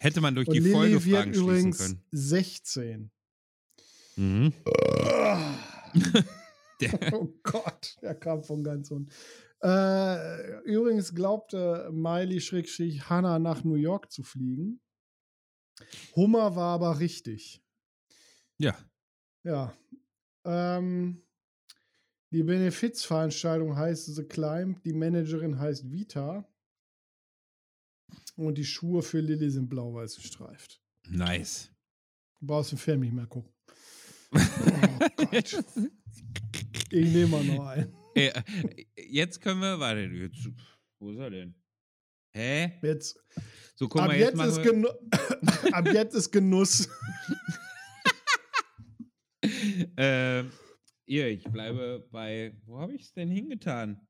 Hätte man durch Und die Lilly wird Folgefragen schließen übrigens können. 16. Mhm. Oh Gott, der kam von ganz unten. Äh, übrigens glaubte Miley Schrägstrich Hannah nach New York zu fliegen. Hummer war aber richtig. Ja. Ja. Ähm, die Benefizveranstaltung heißt The Climb, die Managerin heißt Vita. Und die Schuhe für Lilly sind blau-weiß gestreift. Nice. Du brauchst den Film nicht mehr gucken. Oh Gott. Ich nehme mal noch einen. Äh, äh, jetzt können wir, warte, jetzt, wo ist er denn? Hä? Jetzt So, guck Ab mal, jetzt, jetzt, machen ist wir, Genu Ab jetzt ist Genuss. Ähm, hier, ich bleibe bei. Wo habe ich es denn hingetan?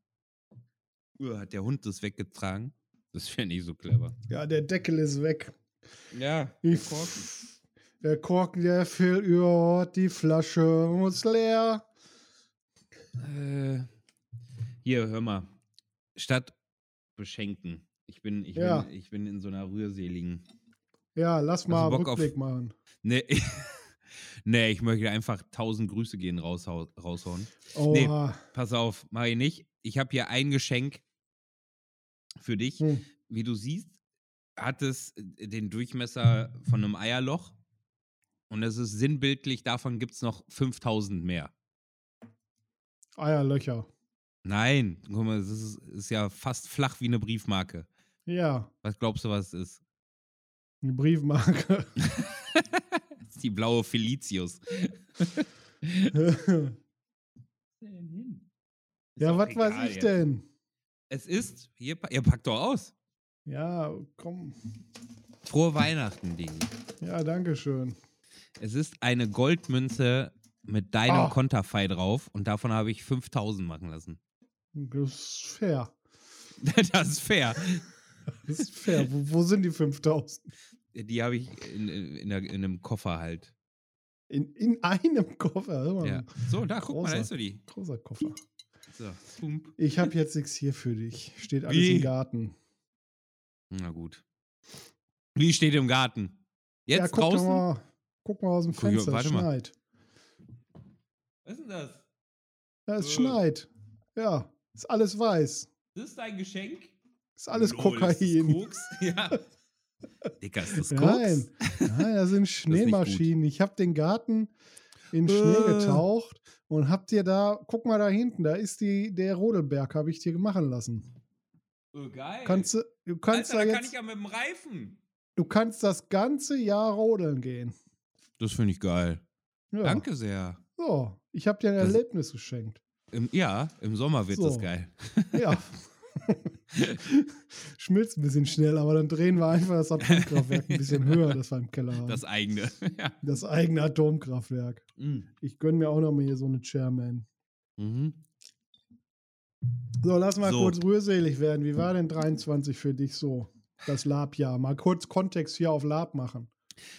Uh, hat der Hund das weggetragen? Das fände ich so clever. Ja, der Deckel ist weg. Ja, Ich der Korken. Der Korken, der fehlt überhaupt, die Flasche muss leer. Äh, hier, hör mal. Statt beschenken. Ich bin, ich Ja. bin, ich bin in so einer rührseligen. Ja, lass mal du Also Bock auf- Rückblick machen. Nee, nee, ich möchte einfach tausend Grüße gehen raushau- raushauen. Nee. Oha. Pass auf, mach ich nicht. Ich habe hier ein Geschenk für dich. Hm. Wie du siehst, hat es äh, den Durchmesser von einem Eierloch. Und es ist sinnbildlich, davon gibt es noch 5000 mehr. Eierlöcher. Nein, guck mal, es ist, ist ja fast flach wie eine Briefmarke. Ja, Was glaubst du, was es ist? eine Briefmarke. Das ist die blaue Felicius. ja, doch was egal weiß ich jetzt. denn? Es ist, hier, pa- ihr packt doch aus. Ja, komm. Frohe Weihnachten, Ding. Ja, danke schön. Es ist eine Goldmünze mit deinem Ah. Konterfei drauf und davon habe ich 5000 machen lassen. Das ist fair. Das ist fair. Das ist fair. wo, wo sind die 5000? Die habe ich in, in, in, der, in einem Koffer halt. In, in einem Koffer. Hör mal, Ja. So, da guck mal, da Großer. ist so die. Großer Koffer. So. Pump. Ich habe jetzt nichts hier für dich. Steht alles Wie? im Garten. Na gut. Wie steht im Garten? Jetzt ja, guck doch draußen? Mal, guck mal aus dem Guck hier, Fenster. Es warte mal. schneit. Was ist denn das? Ja, es Äh. schneit. Ja, ist alles weiß. Das ist dein Geschenk. Ist alles Lol, Kokain. Ist das Koks? Ja. Dicker, ist das Koks? Nein, nein, das sind Schneemaschinen. ich habe den Garten in Schnee Äh. getaucht und hab dir da, guck mal da hinten, da ist die, der Rodelberg, habe ich dir machen lassen. Oh, geil. Kannst du, du kannst da Alter, da jetzt, kann ich ja mit dem Reifen. du kannst das ganze Jahr rodeln gehen. Das finde ich geil. Ja. Danke sehr. So, ich habe dir ein Das- Erlebnis geschenkt. Im, ja, im Sommer wird So. das geil. Ja. Schmilzt ein bisschen schnell, aber dann drehen wir einfach das Atomkraftwerk ein bisschen höher, das wir im Keller haben. Das eigene. ja. das eigene Atomkraftwerk. Mm. Ich gönn mir auch noch mal hier so eine Chairman. Mhm. So, lass mal So. kurz rührselig werden. Wie war denn 23 für dich so? Das Lab-Jahr. Mal kurz Kontext hier auf Lab machen.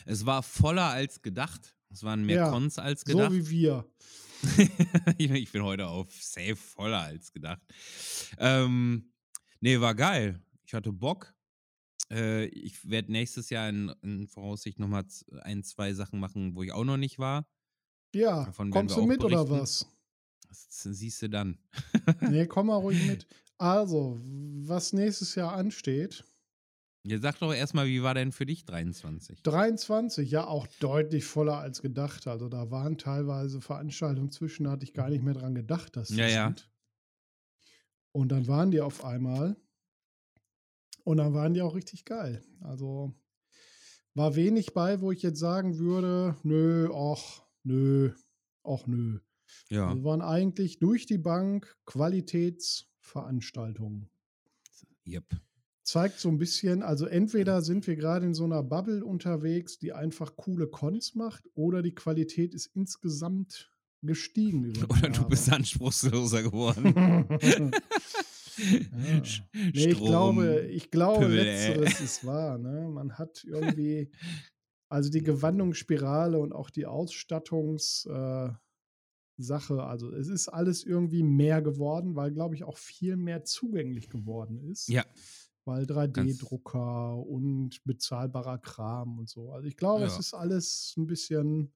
Es war voller als gedacht. Es waren mehr Ja, Cons als gedacht. So wie wir. ich bin heute auf safe voller als gedacht. Ähm, nee, war geil. Ich hatte Bock. Äh, ich werde nächstes Jahr in, in Voraussicht nochmal ein, zwei Sachen machen, wo ich auch noch nicht war. Ja, Davon werden kommst wir du auch mit oder berichten. was? Das siehst du dann. Nee, komm mal ruhig mit. Also, was nächstes Jahr ansteht. Jetzt sag doch erstmal, wie war denn für dich 23? 23, ja, auch deutlich voller als gedacht. Also, da waren teilweise Veranstaltungen zwischen, da hatte ich gar nicht mehr dran gedacht, dass die Ja, ja. sind. Und dann waren die auf einmal. Und dann waren die auch richtig geil. Also, war wenig bei, wo ich jetzt sagen würde, nö, och, nö, och, nö. Ja, Also waren eigentlich durch die Bank Qualitätsveranstaltungen yep. zeigt so ein bisschen, also entweder sind wir gerade in so einer Bubble unterwegs, die einfach coole Cons macht, oder die Qualität ist insgesamt gestiegen. Über die Oder du Jahre. bist anspruchsloser geworden. Sch- Nee, ich Strom. glaube, ich glaube, Pümmel, ey. letzteres ist wahr. Ne? Man hat irgendwie, also die Gewandungsspirale und auch die Ausstattungssache, also es ist alles irgendwie mehr geworden, weil, glaube ich, auch viel mehr zugänglich geworden ist. Ja. Weil 3D-Drucker und bezahlbarer Kram und so. Also ich glaube, es Ja. ist alles ein bisschen,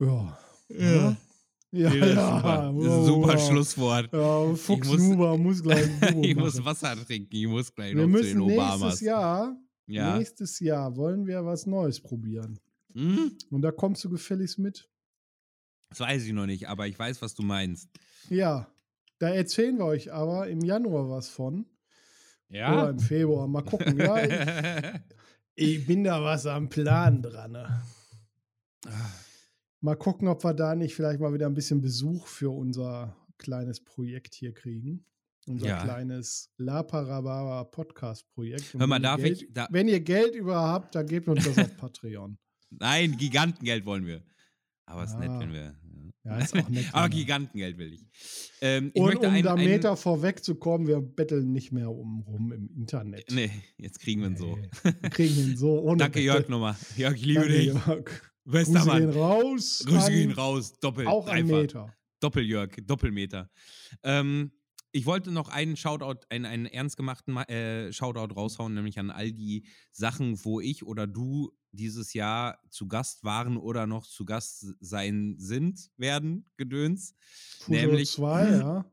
ja. Ja. Ja, Nee, das ist ja, super. Das ist wow, ein super wow. Schlusswort. Ja, Fuchs muss- Nuber muss gleich ein Duo Ich machen. muss Wasser trinken, ich muss gleich Wir noch zu den müssen Obamas. nächstes Jahr, Ja. nächstes Jahr wollen wir was Neues probieren. Hm? Und da kommst du gefälligst mit. Das weiß ich noch nicht, aber ich weiß, was du meinst. Ja, da erzählen wir euch aber im Januar was von. Oder Ja? im Februar, mal gucken. Ja, ich, ich bin da was am Plan dran. Ne? Mal gucken, ob wir da nicht vielleicht mal wieder ein bisschen Besuch für unser kleines Projekt hier kriegen. Unser Ja. kleines La Parababa Podcast Projekt. Und Hör mal, wenn ihr darf Geld, ich. Da, Wenn ihr Geld über habt, dann gebt uns das auf Patreon. nein, Gigantengeld wollen wir. Aber es ist nett, Ah. wenn wir. Ja, ist auch nett. Aber wenn man- Gigantengeld will ich. Ähm, Ah, ich Und möchte um einen, da einen, Meter vorwegzukommen, wir betteln nicht mehr um rum im Internet. Nee, jetzt kriegen wir ihn so. Nee, wir kriegen ihn so. Ohne Danke, Jörg, Bettel. nochmal. Jörg, ich liebe Danke, dich. Jörg. Bester Grüße gehen Mann. raus. Grüße an- gehen raus. Doppelt. Auch ein dreifach. Meter. Doppeljörg, Doppelmeter. Ähm, ich wollte noch einen Shoutout, einen, einen ernst gemachten Ma- äh, Shoutout raushauen, nämlich an all die Sachen, wo ich oder du dieses Jahr zu Gast waren oder noch zu Gast sein sind, werden, gedöns. Fuso Nämlich- Hm? 2, ja.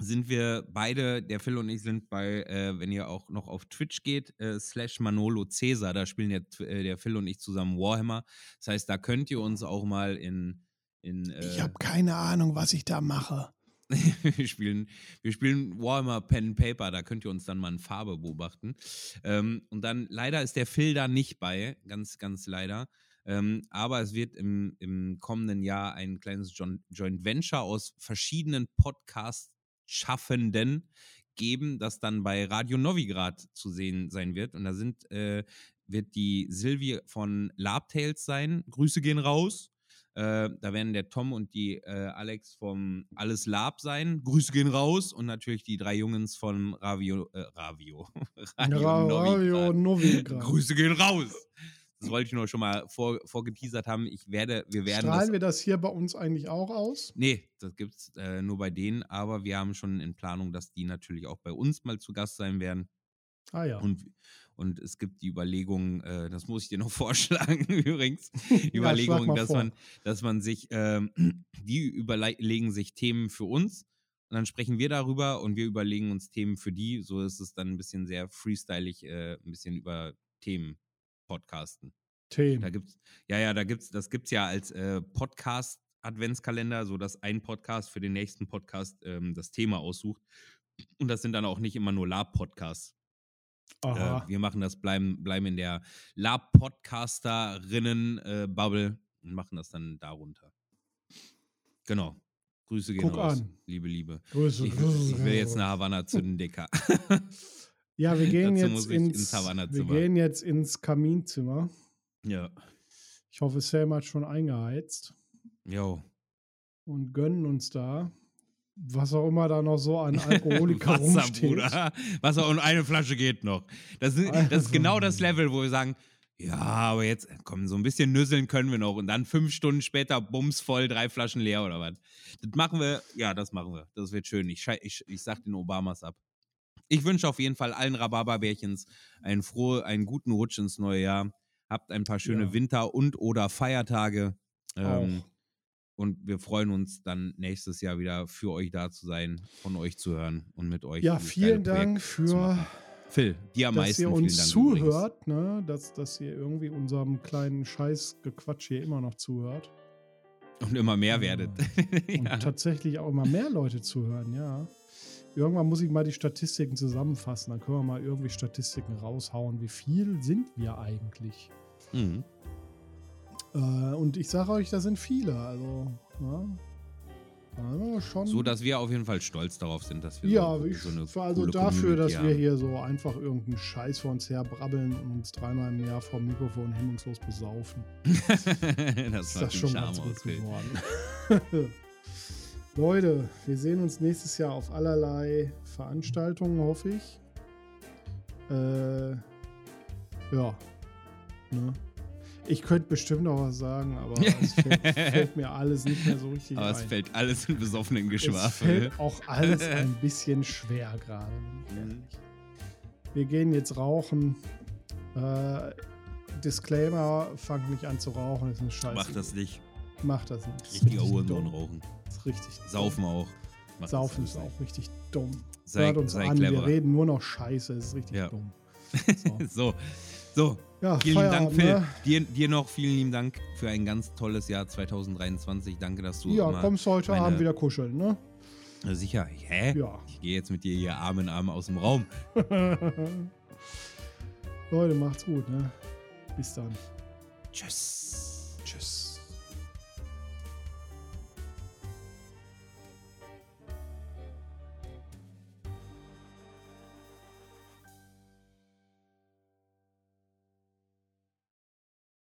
Sind wir beide, der Phil und ich sind bei, äh, wenn ihr auch noch auf Twitch geht, äh, slash Manolo Cäsar, da spielen der, Tw- äh, der Phil und ich zusammen Warhammer. Das heißt, da könnt ihr uns auch mal in, in äh, Ich habe keine Ahnung, was ich da mache. wir, spielen, wir spielen Warhammer Pen and Paper, da könnt ihr uns dann mal in Farbe beobachten. Ähm, und dann, leider ist der Phil da nicht bei, ganz, ganz leider. Ähm, aber es wird im, im kommenden Jahr ein kleines Joint, Joint Venture aus verschiedenen Podcast-Schaffenden geben, das dann bei Radio Novigrad zu sehen sein wird. Und da sind, äh, wird die Sylvie von Labtails sein. Grüße gehen raus. Äh, da werden der Tom und die äh, Alex vom Alles Lab sein. Grüße gehen raus. Und natürlich die drei Jungens von Ravio, äh, Ravio. Radio Ra- Novigrad. Radio Novigrad. Grüße gehen raus. Das wollte ich nur schon mal vor, vorgeteasert haben. Ich werde, wir werden das. Strahlen wir das hier bei uns eigentlich auch aus? Nee, das gibt's äh, nur bei denen, aber wir haben schon in Planung, dass die natürlich auch bei uns mal zu Gast sein werden. Ah ja. Und, und es gibt die Überlegung, äh, das muss ich dir noch vorschlagen übrigens, die Überlegung, mal dass vor. man, dass man sich, ähm, die überlegen sich Themen für uns Und dann sprechen wir darüber und wir überlegen uns Themen für die. So ist es dann ein bisschen sehr freestylig, äh, ein bisschen über Themen podcasten. Da Themen. gibt's, ja, ja, da gibt's, das gibt's ja als äh, Podcast-Adventskalender, so dass ein Podcast für den nächsten Podcast ähm, das Thema aussucht. Und das sind dann auch nicht immer nur Lab-Podcasts. Äh, Aha. wir machen das, bleiben, bleiben in der Lab-Podcasterinnen-Bubble und machen das dann darunter. Genau. Grüße gehen Guck raus, an. liebe, liebe. Grüße. Ich, ich will jetzt eine Havanna zünden, Dicker. Ja, wir gehen Dazu jetzt muss ich ins, ins wir Havanna-Zimmer. gehen jetzt ins Kaminzimmer. ja. Ich hoffe, Sam hat schon eingeheizt Jo. und gönnen uns da, was auch immer da noch so an Alkoholiker Wasser, rumsteht. Bruder. Wasser und eine Flasche geht noch. Das, sind, das Also. ist genau das Level, wo wir sagen, ja, aber jetzt, äh, komm, so ein bisschen nüsseln können wir noch. Und dann fünf Stunden später, bums voll, drei Flaschen leer oder was. Das machen wir, ja, das machen wir. Das wird schön. Ich, schei- ich, ich sag den Obamas ab. Ich wünsche auf jeden Fall allen Rhabarberbärchens einen, frohe, einen guten Rutsch ins neue Jahr. Habt ein paar schöne Ja. Winter- und oder Feiertage. Ähm, Auch. und wir freuen uns dann nächstes Jahr wieder für euch da zu sein, von euch zu hören und mit euch. Ja, dieses vielen geile Projekt Dank zu für, machen. Phil, dir am dass meisten. ihr vielen uns Dank übrigens. zuhört, ne? dass, dass ihr irgendwie unserem kleinen Scheißgequatsch hier immer noch zuhört. Und immer mehr werdet. Und ja. tatsächlich auch immer mehr Leute zuhören, ja. Irgendwann muss ich mal die Statistiken zusammenfassen. Dann können wir mal irgendwie Statistiken raushauen. Wie viel sind wir eigentlich? Mhm. Äh, und ich sage euch, das sind viele. Also, ne? Also schon. So, dass wir auf jeden Fall stolz darauf sind, dass wir ja, so, ich, so eine also coole dafür, Community dass wir haben. hier so einfach irgendeinen Scheiß vor uns her brabbeln und uns dreimal im Jahr vom Mikrofon hemmungslos besaufen. das ist das macht den schon Charme ganz gut aus, Phil. geworden. Leute, wir sehen uns nächstes Jahr auf allerlei Veranstaltungen, hoffe ich. Äh, ja. Ne? Ich könnte bestimmt noch was sagen, aber es fällt, fällt mir alles nicht mehr so richtig Aber ein. es fällt alles in besoffenen es Geschwafel. fällt auch alles ein bisschen schwer gerade. wenn ich Mhm. ehrlich wir gehen jetzt rauchen. Äh, Disclaimer, fangt nicht an zu rauchen, ist eine Scheiße. Macht das nicht. Macht das nicht. Ist Richtiger richtig Uhrensohn dumm. rauchen. Ist richtig. dumm. Saufen auch. Macht das Saufen alles ist nicht. auch richtig dumm. Sei, Hört uns sei an, wir cleverer. reden nur noch Scheiße, ist richtig Ja. dumm. So. So, so. Ja, Vielen lieben Dank, Feierabend, Phil. ne? Dir, dir noch vielen lieben Dank für ein ganz tolles Jahr 2023. Danke, dass du Ja, immer- kommst du heute meine- Abend wieder kuscheln, ne? Äh, Sicher. Hä? Ja. Ich gehe jetzt mit dir hier Arm in Arm aus dem Raum. Leute, macht's gut, ne? Bis dann. Tschüss. Tschüss.